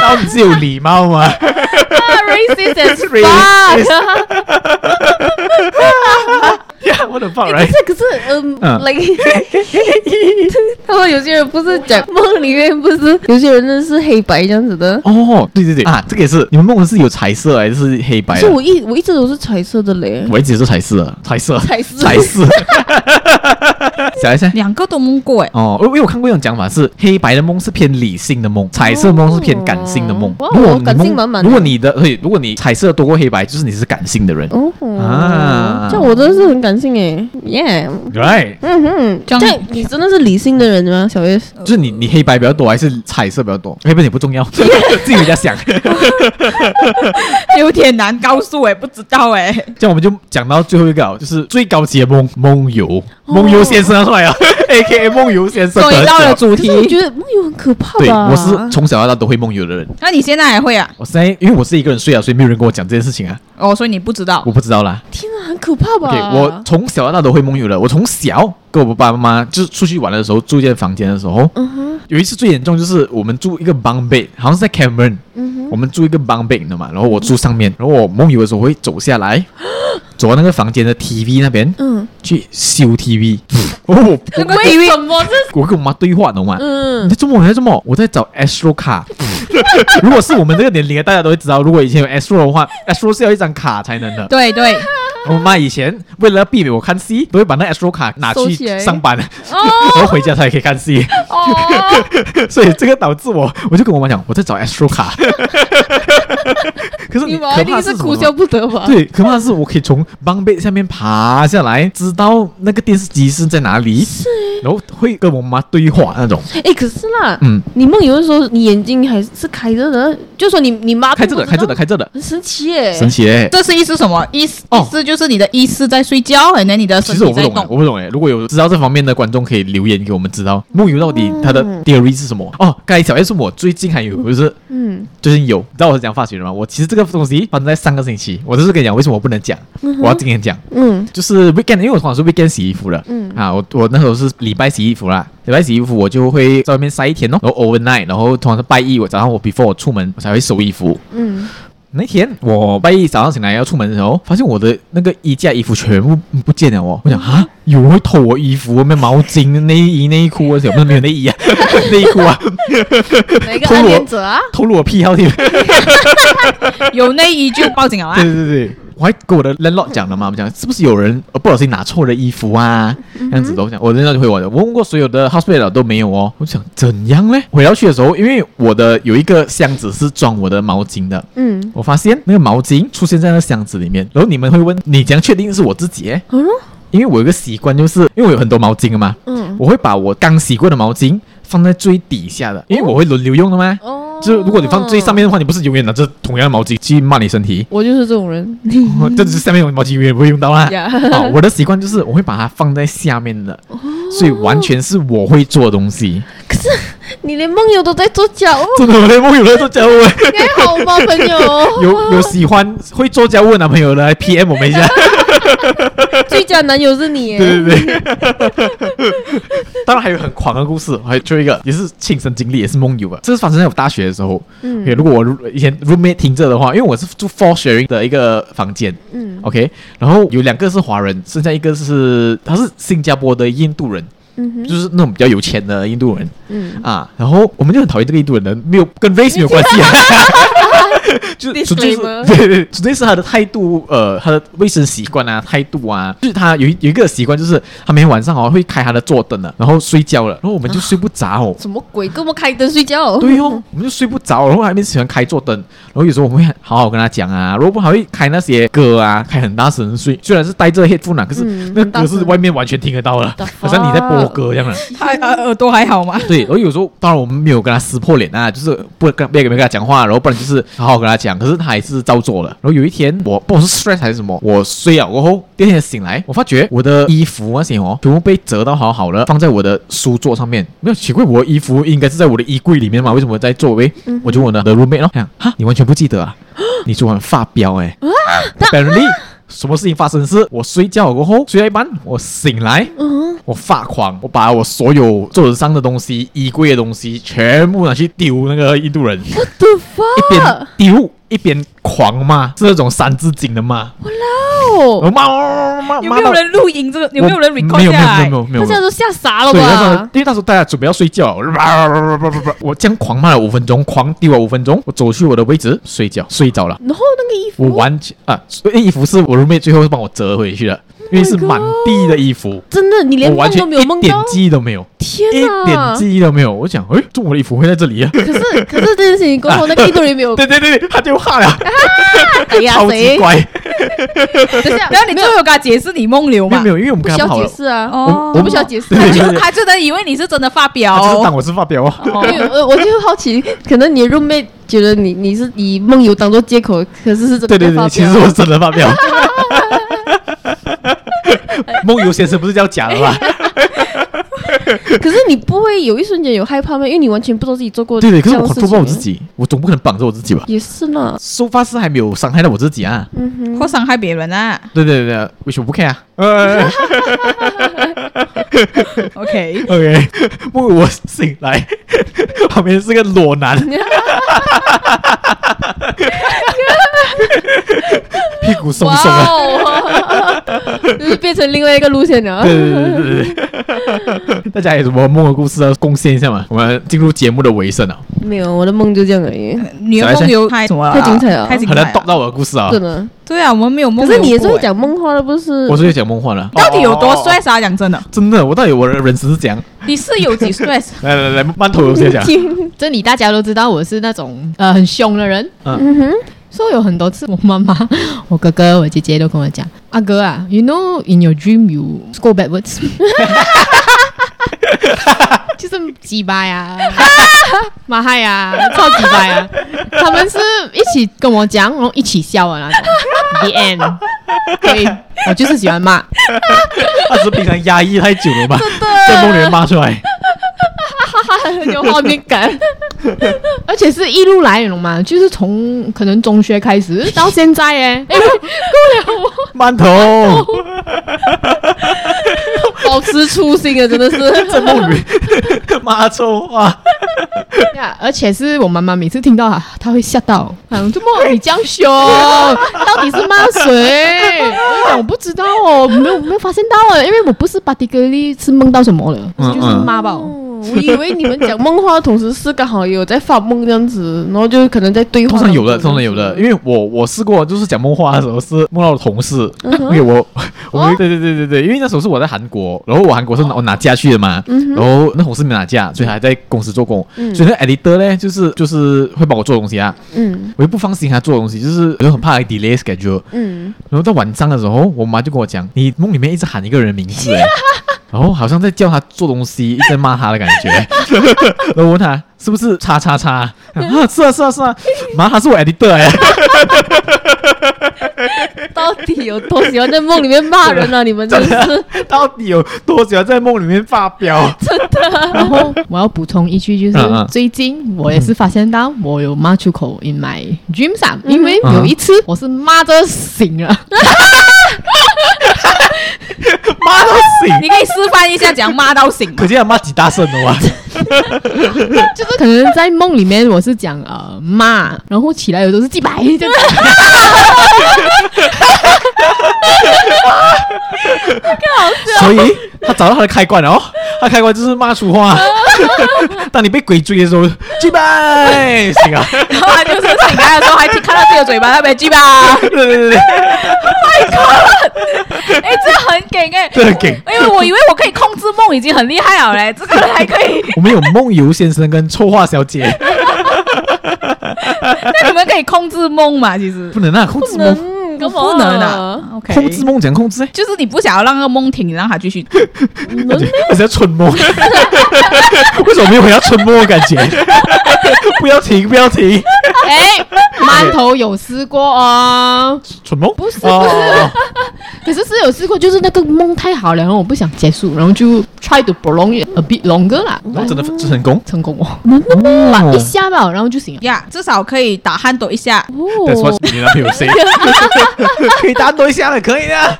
到底是有礼貌吗？ ，racist as Racist fuck。呀，我的放可来是，可是，嗯嗯，like，他们有些人不是讲梦里面不是有些人真的是黑白这样子的，哦，对对对啊，这个也是，你们梦的是有彩色还是黑可白啊是的？我一我一直都是彩色的嘞，我一直是彩色的，彩色，彩色彩色。想一下，两个都梦过哎，哦，因为我看过一种讲法是，黑白的梦是偏理性的梦，彩色梦是偏感性的梦。哦如果哇你感性梦满满的如果你的，对，如果你彩色多过黑白，就是你是感性的人。哦，嗯啊这样我真的是很感性诶耶， Right，嗯哼，这样这样你真的是理性的人吗，小 S？哎就是你你黑白比较多还是彩色比较多？黑白也不重要，自己回家想。哎有点难告诉哎，不知道哎。这样我们就讲到最后一个啊，就是最高级的梦，梦游，梦游先生出来了 ，A K A 梦游先生。终于到了主可是我题，觉得梦游很可怕对，吧？我是从小到大都会梦游的人。那你现在还会啊？我现在因为我是一个人睡啊，所以没有人跟我讲这件事情啊，哦，所以你不知道我不知道啦。天啊，很可怕 OK，吧？我从小到大都会梦游了。我从小跟我爸爸妈妈就是出去玩的时候，住一间房间的时候，嗯有一次最严重就是我们住一个 bunk bed，好像是在 Cameron，、我们住一个 bunk bed 你知道吗？然后我住上面，然后我梦游的时候会走下来，走到那个房间的 TV 那边，嗯去修 TV。哦， 我为什 么这？我跟我妈对话，懂吗？你嗯在做梦，你在做梦，我在找 Astro 卡。 如果是我们这个年龄的，大家都会知道，如果以前有 Astro 的话，Astro 是要一张卡才能的。对对，我妈哦以前为了避免我看戏，都会把那 S 卡拿收去起来上班， 然后回家才可以看戏，哦， 所以这个导致我，我就跟我妈讲，我在找 S 卡。 可是你你妈可一怕定是是什哭么笑呢？不得吧？对，可怕的是我可以从帮背下面爬下来，知道那个电视机是在哪里，然后会跟我妈对话那种。哎，可是啦，嗯，你梦游的时候，你眼睛还是开着的，就说你你妈开这个，并不开知这道个，，开这个，很神奇耶！神奇欸！这是意思什么？意思哦意思就是你的意识在睡觉，然呃后你的其身实我体不在懂欸，我动。不懂哎。如果有知道这方面的观众，可以留言给我们知道梦游到底它的嗯 theory 是什么。哦，刚才小 S 问我最近还有就是嗯，最近有，你知道我是讲发学的吗？我其实这个东西发生在上个星期，我就是跟你讲为什么我不能讲，我要今天讲。嗯就是 weekend，因为我通常是 weekend 洗衣服的，嗯啊，我我那时候是礼拜洗衣服啦，礼拜洗衣服我就会在外面晒一天哦，然后 overnight，然后通常是拜一我早上我 before 我出门我才会收衣服，嗯，那天我半夜早上醒来要出门的时候，发现我的那个衣架衣服全部不见了哦。嗯我想啊，有人会偷我衣服，没毛巾、内衣、内裤，而且不是没有内衣啊， 内裤啊，哪个偷暗我恋者啊？偷了我癖好的。对有内衣就报警了啊！ 对对对，我还跟我的 landlord 讲了嘛，我讲是不是有人呃不小心拿错了衣服啊？这样子的，我想我 landlord 就回我的，我问过所有的 housemate 都没有哦。我想怎样嘞？回到去的时候，因为我的有一个箱子是装我的毛巾的，嗯，我发现那个毛巾出现在那箱子里面，然后你们会问你怎样确定是我自己耶？嗯因为我有一个习惯，就是因为我有很多毛巾的嘛，嗯，我会把我刚洗过的毛巾放在最底下的，因为我会轮流用的嘛。哦，就是如果你放最上面，的话，你不是永远拿着同样的毛巾去抹你身体我就是这种人。 这只是下面有毛巾永远不会用到 啦。呀哦，我的习惯就是我会把它放在下面的，所以完全是我会做的东西。 你连梦游都在做假哦，真的，我连梦游的都教 我。你还好吗，朋友？ 有有喜欢会做家务的男朋友来 PM 我们一下。最佳男友是你耶， 对啊对对， 当然还有很狂的故事，还有最后一个也是亲身经历，也是梦游吧。啊这是发生在我大学的时候。嗯如果我 room- 以前 roommate 听着的话，因为我是住 four sharing 的一个房间，嗯，OK，然后有两个是华人，剩下一个是他是新加坡的印度人。就是那种比较有钱的印度人，嗯啊，然后我们就很讨厌这个印度人的，没有跟 race 没有关系啊，就是纯粹是 Disclaimer 对对，对纯粹是他的态度，呃，他的卫生习惯啊，态度啊，就是他有一有一个习惯，就是他每天晚上哦会开他的坐灯的，然后睡觉了，然后我们就睡不着哦。什么鬼？跟我开灯睡觉？对哦，我们就睡不着，然后还没喜欢开坐灯，然后有时候我们会好好跟他讲啊，如果不好会开那些歌啊，开很大声睡，虽然是戴着 headphone 啊，可是嗯那个很大歌是声外面完全听得到了 The，好像你在播歌一样的。还耳朵还好吗？对，然后有时候当然我们没有跟他撕破脸啊，就是不跟没有跟他讲话，然后不然就是好好跟他讲，可是他还是照做了。然后有一天我不知道是 stress 还是什么，我睡了过后，第二天醒来，我发觉我的衣服那些哦，全部被折到好好的，放在我的书桌上面。没有奇怪，我的衣服应该是在我的衣柜里面嘛，为什么在座位？我就问我的 roommate 咯，讲哈，你完全不记得啊？ 你昨晚发飙哎、欸、，apparently。什么事情发生是，我睡觉过后睡到一半，我醒来，我发狂，我把我所有桌子上的东西、衣柜的东西全部拿去丢那个印度人，一对边丢一边狂骂，是那种三字经的骂，我哦，骂骂骂骂有没有到人录音？这个有没有人 record 我没下有没有没来有没？有没有他没这样都有。吓傻了对，那时候吧？因为那时候大家准备要睡觉， 我这样狂骂了五分钟，狂丢了五分钟，我走去我的位置睡觉，睡着了。然后那个衣服，我完全啊，所以衣服是我 roommate 最后是帮我折回去的，因为是 my god 满地的衣服，真的，你我连完梦全都没有梦一点到，记忆都没有。天一点哪！记忆都没有。我想，哎，中国的衣服会在这里啊？可是可是这件事情过后，那个印度人没 有，对对对，对他就怕了，哎呀超级谁？乖。等一下，然后你最后有跟他解释你梦流没有嘛没？有，因为我们不跟需他要不好解了，释啊，哦我不需要解释对。他对就对他真的以为你是真的发飙哦他，就是当我是发飙啊。因为呃我我就好奇，可能你 roommate 觉得你你是以梦游当做借口，可是是真的对对发飙对，其实我是真的发飙。梦游先生不是叫假的吧？可是你不会有一瞬间有害怕吗？因为你完全不知道自己做过对对，可这是样的我事 control 不情到我自己，我总不可能绑着我自己吧？也是呢，收发是还没有伤害到我自己啊。或伤害别人 啊。对对对对，which 我不 care 啊。呃 OK， OK，梦游我醒来，旁边是个裸男，屁股松松啊。哇哦， 就是变成另外一个路线了。对对对对对 对，大家有什么梦的故事要贡献一下嘛？我们进入节目的尾声了，啊没有，我的梦就这样而已，你的梦游太什么啊？太精彩了太精很彩难 d 了。到我的故事啊。真的。对啊，我们没有梦可游。是你也是会，讲梦话的，不是？我是讲梦话了，到底有多 stress 啊？讲真的，真的，我到底我的人生是怎样？你是有几 stress？来来来，慢头先讲。 这里大家都知道我是那种呃很凶的人，嗯哼，所以有很多次我妈妈、我哥哥、我姐姐都跟我讲：“阿哥啊，you know in your dream you go backwards 。”就是鸡巴 呀，马嗨呀，超鸡巴呀！他们是一起跟我讲，然后一起笑的那种。The end。对，我就是喜欢骂。他只是平常压抑太久了吧，在梦里面骂出来。很 有画面感， 而且是一路来，你懂吗？就是从可能中学开始到现在耶，哎、过了我慢头，保持初心啊，真 的是。在梦里 骂臭话。呀而且是我妈妈每次听到她，她会吓到，嗯，怎么你这样凶？到底是骂谁？我就讲我不知道哦，没有没有发现到啊，因为我不是 particularly 是梦到什么了，嗯就是妈宝。哦我以为你们讲梦话的同时是刚好也有在发梦这样子，然后就可能在对话。通常有的，通嗯常有的，因为我我试过，就是讲梦话的时候是梦到我同事，因为我 我们对对对对对，因为那时候是我在韩国，然后我韩国是拿我拿假去的嘛，然后那同事没拿假，所以还在公司做工，所以那 editor 呢，就是就是会帮我做东西啊，嗯我又不放心他做东西，就是我就很怕他 delay schedule，嗯，然后到晚上的时候，我妈就跟我讲，你梦里面一直喊一个人名字，哎，然后好像在叫他做东西，一直在骂他的感觉。然后我问他是不是叉叉叉？啊，是啊是啊是啊，妈，他是我 editor 哎。到底有多喜欢在梦里面骂人啊？你们真 是到底有多喜欢在梦里面发飙？然后我要补充一句，就是嗯嗯最近我也是发现到我有骂出口 in my dreams 啊，因为有一次我是骂着醒啊了，嗯骂到你醒，可以示范一下怎样骂到醒吗可？见要骂几大声的哇！就是可能在梦里面我是讲呃骂，然后起来有都是几百这样子。 所以他找到他的开关了哦，他开关就是骂粗话。当你被鬼追的时候，击败行啊！然后他就是醒来的时候还看到自己的嘴巴那边鸡巴，对对对对，哎，这很给哎、这很给。因为我以为我可以控制梦已经很厉害了嘞，这个还可以， 我们有梦游先生跟臭话小姐，那你们可以控制梦嘛？其实不能啊，控制梦，嗯，干我嘛不能啊，OK，控制梦讲控制欸，就是你不想要让那个梦停，你让它继 续。感觉而且要春梦。 为什么没有回到春梦的感觉？ 不要停，不要停，哎，馒头有试过哦，春梦不是哦，可是是有试过，就是那个梦太好了，然后我不想结束，然后就 try to prolong it a bit longer 啦，然哦后真的成功。成功哦，哦一下吧，然后就醒了。呀至少可以打鼾抖一下。 That's what 你男朋友 say，可以打多一下了，可以的。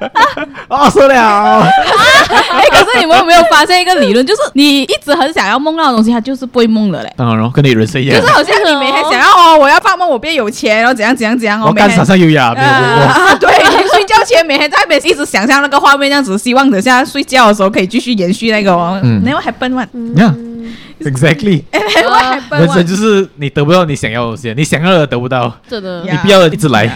哦，说了，哎、可是你们有没有发现一个理论， 就是你一直很想要梦到的东西，它就是不会梦了嘞。当然咯，跟你人生一样就是。好像你每天想要哦，我要发梦，我变有钱，然后怎样怎样怎样，哦我每干天傻上优雅， 没有问过。啊，对，睡觉前每天在那边一直想象那个画面，这样子，希望等下睡觉的时候可以继续延续那个哦。嗯 Never happen one，Never Yeah, exactly。 happen 人生 one。就是你得不到你想要的东西，你想要的得不到，真的 Yeah！你不要的一直来。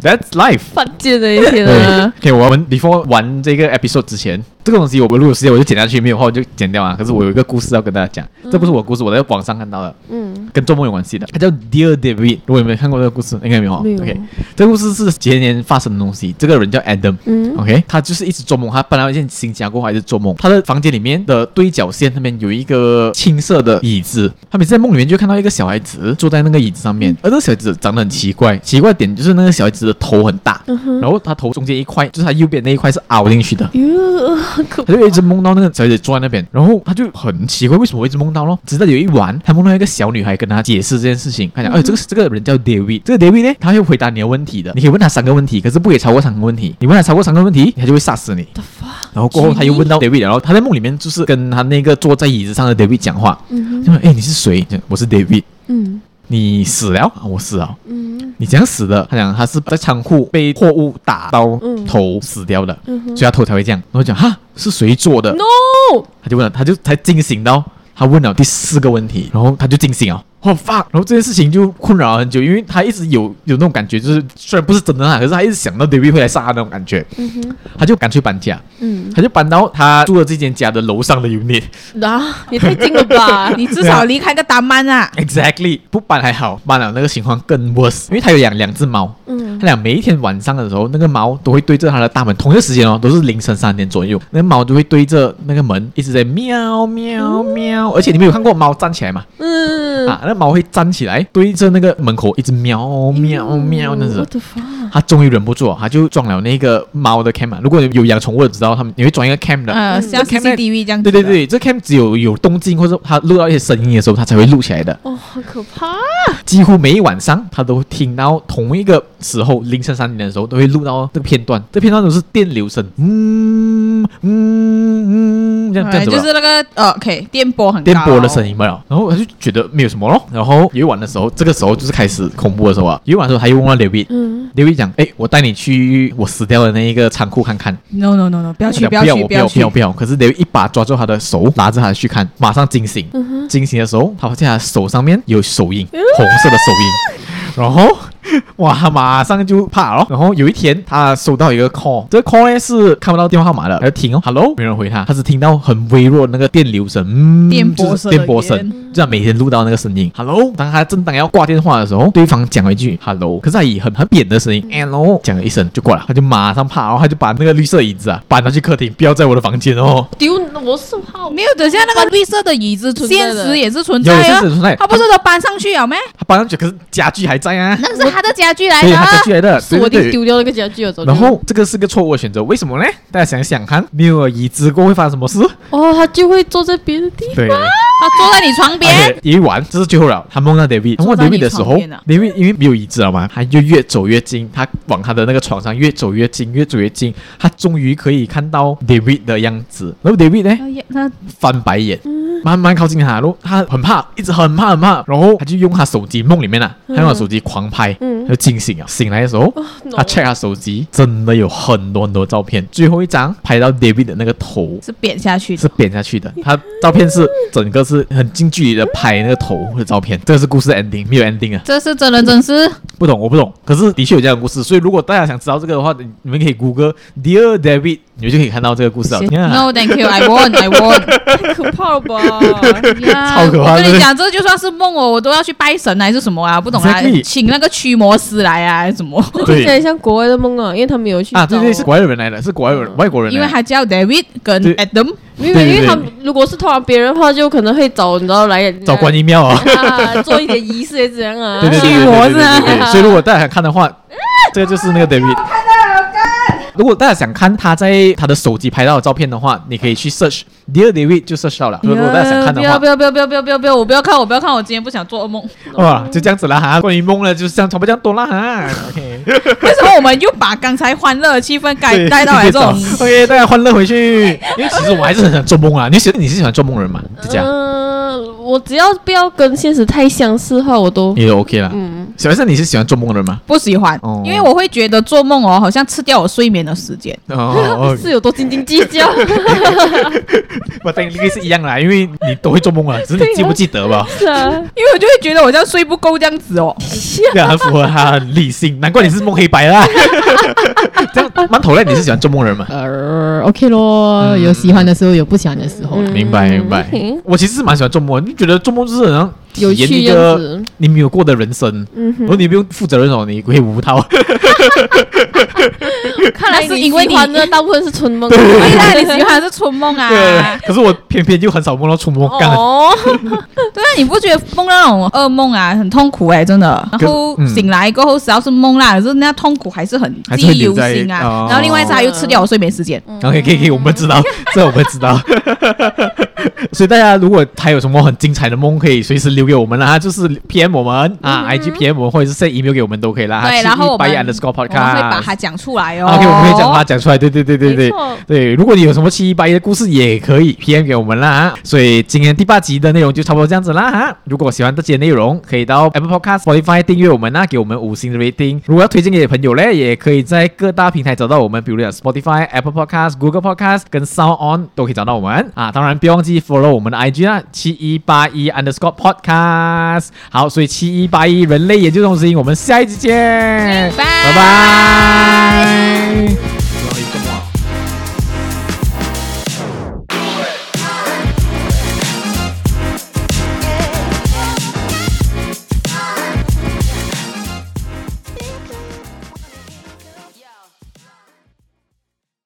That's life。犯贱的一天对啊！ ，OK，我们 before 玩这个 episode 之前，这个东西我们如果时间我就剪下去，没有的话我就剪掉啊。可是我有一个故事要跟大家讲，这不是我的故事，我在网上看到的，嗯，跟做梦有关系的，它叫 Dear David。如果你没有看过这个故事，应该没有哦。没有 OK，这个故事是前年发生的东西。这个人叫 Adam，嗯 OK，他就是一直做梦，他搬到一件新家过后还是做梦。他的房间里面的对角线那边有一个青色的椅子，他每次在梦里面就看到一个小孩子坐在那个椅子上面，而这个小孩子长得很奇怪，奇怪点就是那个小孩子的头很大，嗯然后他头中间一块，就是他右边那一块是凹进去的。哟，很可他就一直梦到那个小姐姐坐在那边，然后他就很奇怪，为什么我一直梦到咯？直到有一晚，他梦到一个小女孩跟他解释这件事情，他讲，哎，这个这个人叫 David，这个 David 呢，他会回答你的问题的，你可以问他三个问题，可是不可以超过三个问题，你问他超过三个问题，他就会杀死你。然后过后他又问到 David，然后他在梦里面就是跟他那个坐在椅子上的 David 讲话，就说，哎，你是谁？我是 David。嗯你死了？啊我死了。嗯你怎样死的？他讲他是在仓库被货物打到嗯头死掉的，嗯哼所以他头才会这样。然后讲哈是谁做的？ ，no，他就问了，他就才惊醒到，他问了第四个问题，然后他就惊醒了。我、fuck！然后这件事情就困扰了很久，因为他一直有有那种感觉，就是虽然不是真的啊，可是他一直想到 David 会来杀他那种感觉，嗯哼，他就干脆搬家，嗯，他就搬到他住的这间家的楼上的 unit。啊，也太近了 吧你至少离开个单班 啊！ Exactly，不搬还好，搬了那个情况更 worse，因为他有养两只猫，嗯他俩每一天晚上的时候，那个猫都会对着它的大门，同一个时间哦，都是凌晨三点左右，那个猫就会对着那个门一直在喵喵喵，而且你们有看过猫站起来吗？嗯，啊，那猫会站起来对着那个门口一直喵喵喵那种我。的妈！他啊终于忍不住了，他就装了那个猫的 cam 啊。如果有养宠物的知道，他们你会装一个 cam 的。呃，像 CCTV 这样子。对对。对，这 cam 只有有动静或者它录到一些声音的时候，它才会录起来的。哦，好可怕！几乎每一晚上，他都听到同一个时候，凌晨三点的时候，都会录到这个片段。这片段都是电流声，嗯嗯嗯，这样这样子吧。哎就是那个呃，OK，电波很高电波的声音罢了，然后他就觉得没有什么咯。然后有一晚的时候，这个时候就是开始恐怖的时候啊。有一晚的时候，他又问了 David，David、嗯，讲：“哎，我带你去我死掉的那一个仓库看看。 No no no no，不要他啊去讲”要要，去哎我不要要，不去要，。不要。可是 David 一把抓住他的手，拿着他去看，马上惊醒。惊醒的时候，他发现他手上面有手印，嗯红色的手印。然后，哇，他马上就怕了。然后有一天，他收到一个 call，这个 call 呢是看不到电话号码的，他就听哦，hello，没人回他，他只听到很微弱的那个电流声，嗯，电波就是声电波的源声，就他每天录到那个声音，hello。当他正当要挂电话的时候，对方讲了一句 hello，可是他以很很扁的声音，hello，讲了一声就挂了，他就马上怕，然后哦他就把那个绿色椅子啊搬到去客厅，不要在我的房间哦。丢，我是怕我没有，等下那个绿色的椅子，现实也是存有在现啊实存在，他不是都搬上去了咩？他搬上去，可是家具还在啊。那是他他的家具来对，的。他的剧来的，是对我弟对对。丢掉那个家具哦了，走然后这个是个错误的选择，为什么呢？大家想想看，没有已知过会发生什么事？哦，他就会坐在别的地对。他坐在你床边。而且一玩，这是最后了。他梦到 David，他梦坐在到 David 你的时候床边啊，David 因为没有椅子了嘛，他就越走越近，他往他的那个床上越走越近，越走越近，他终于可以看到 David 的样子。然后 David 呢，他翻白眼，嗯慢慢靠近他，然后他很怕，一直很怕很怕，然后他就用他手机梦里面啊，嗯他用他手机狂拍，嗯他就惊醒了。醒来的时哦候， no 他 check 他手机，真的有很多很多照片，最后一张拍到 David 的那个头是扁下去是的，扁下去的，他照片是整个是很近距离的拍那个头的照片，这个是故事的 ending，没有 ending 啊，这是真人真事。不懂我不懂，可是的确有这样的故事，所以如果大家想知道这个的话，你你们可以谷歌 Dear David，你们就可以看到这个故 事了。Yeah 啊 No, thank you. I won. I won. 方，可怕了吧？ Yeah, 超可怕我跟对你讲，这就算是梦哦，我都要去拜神还是什么啊？不懂啊 Exactly 请那个驱魔师来啊，还是什么？听起 对来像国外的梦啊，因为他没有去啊，对对，找是国外人来的，是国外人外国人嗯来因的，为他叫 David 跟对 Adam，没有，对对因为他对们如果是通常别人的话，就可能会找你知道来找观音庙啊。啊，做一点仪式也怎样啊？ 对对对对驱魔对对对对是对吧啊所以如果大家想看的话，这个就是那个 David。如果大家想看他在他的手机拍到的照片的话，你可以去 search Dear David 就 search 到了。如果大家想看的不话要不，要不要不要不要不要不要，我不要看我不要看，我今天不想做噩梦。哇，哦就这样子啦哈，关于梦了，就是这样，差不多这样多啦 哈。OK，为什么我们又把刚才欢乐的气氛改带到来这 种？ OK，大家欢乐回去。 因为其实我还是很想做梦啊，你喜你是喜欢做梦的人嘛？就这样，嗯，我只要不要跟现实太相似哦的话，我都你就 OK 啦。嗯小医生，你是喜欢做梦的人吗？不喜欢哦，因为我会觉得做梦哦，好像吃掉我睡眠的时间。 哦是有多斤斤计较。 我跟你是一样啦，因为你都会做 梦啊，只是你记不记得吧？是啊，因为我就会觉得我这样睡不够这样子哦，这啊样很符合他的理性，难怪你是梦黑白啦。 这样馒头嘞，你是喜欢做梦人吗？呃，OK 咯，嗯有喜欢的时候，有不喜欢的时候啦。明白明白嗯，我其实是蛮喜欢做梦的，就觉得做梦就是好像体有验趣一样个子你没有过的人生，嗯然后你不用负责任哦，你可以无 啊套。看来来是你因为喜欢的大部分是春 梦。哎所以那你喜欢的是春梦啊？对，可是我偏偏就很少梦到春梦干。哦，对啊，你不觉得梦到那种噩梦啊，很痛苦哎、真的。然后可是嗯醒来过后，只要是梦啦，可是那痛苦还是很还记是会忆留犹在新啊。哦然后另外是他又吃掉我睡眠时间， OK，可以可以，我们知道， 这我们知道。 所以大家如果还有什么很精彩的梦，可以随时留给我们啦，就是 PM 我们啊，IG PM 我们，或者是 send email 给我们都可以啦。嗯啊对，然后我们 by underscore 我们会把 podcast 它讲出来哦。啊 OK，我们会讲把它讲出来，对对对对没对错对。如果你有什么七一八一的故事，也可以 PM 给我们啦。啊所以今天第八集的内容就差不多这样子啦哈。如果喜欢这集的内容，可以到 Apple Podcast、Spotify 订阅我们啦，给我们五星的 rating。如果要推荐给朋友嘞，也可以在各大平台找到我们，比如讲 Spotify、Apple Podcast、Google Podcast 跟 Sound On 都可以找到我们啊。当然，不要忘记 follow 我们的 IG 啦，七一八一 underscore podcast。好，所以七一八一人类研究中心，我们下一集见，拜拜拜。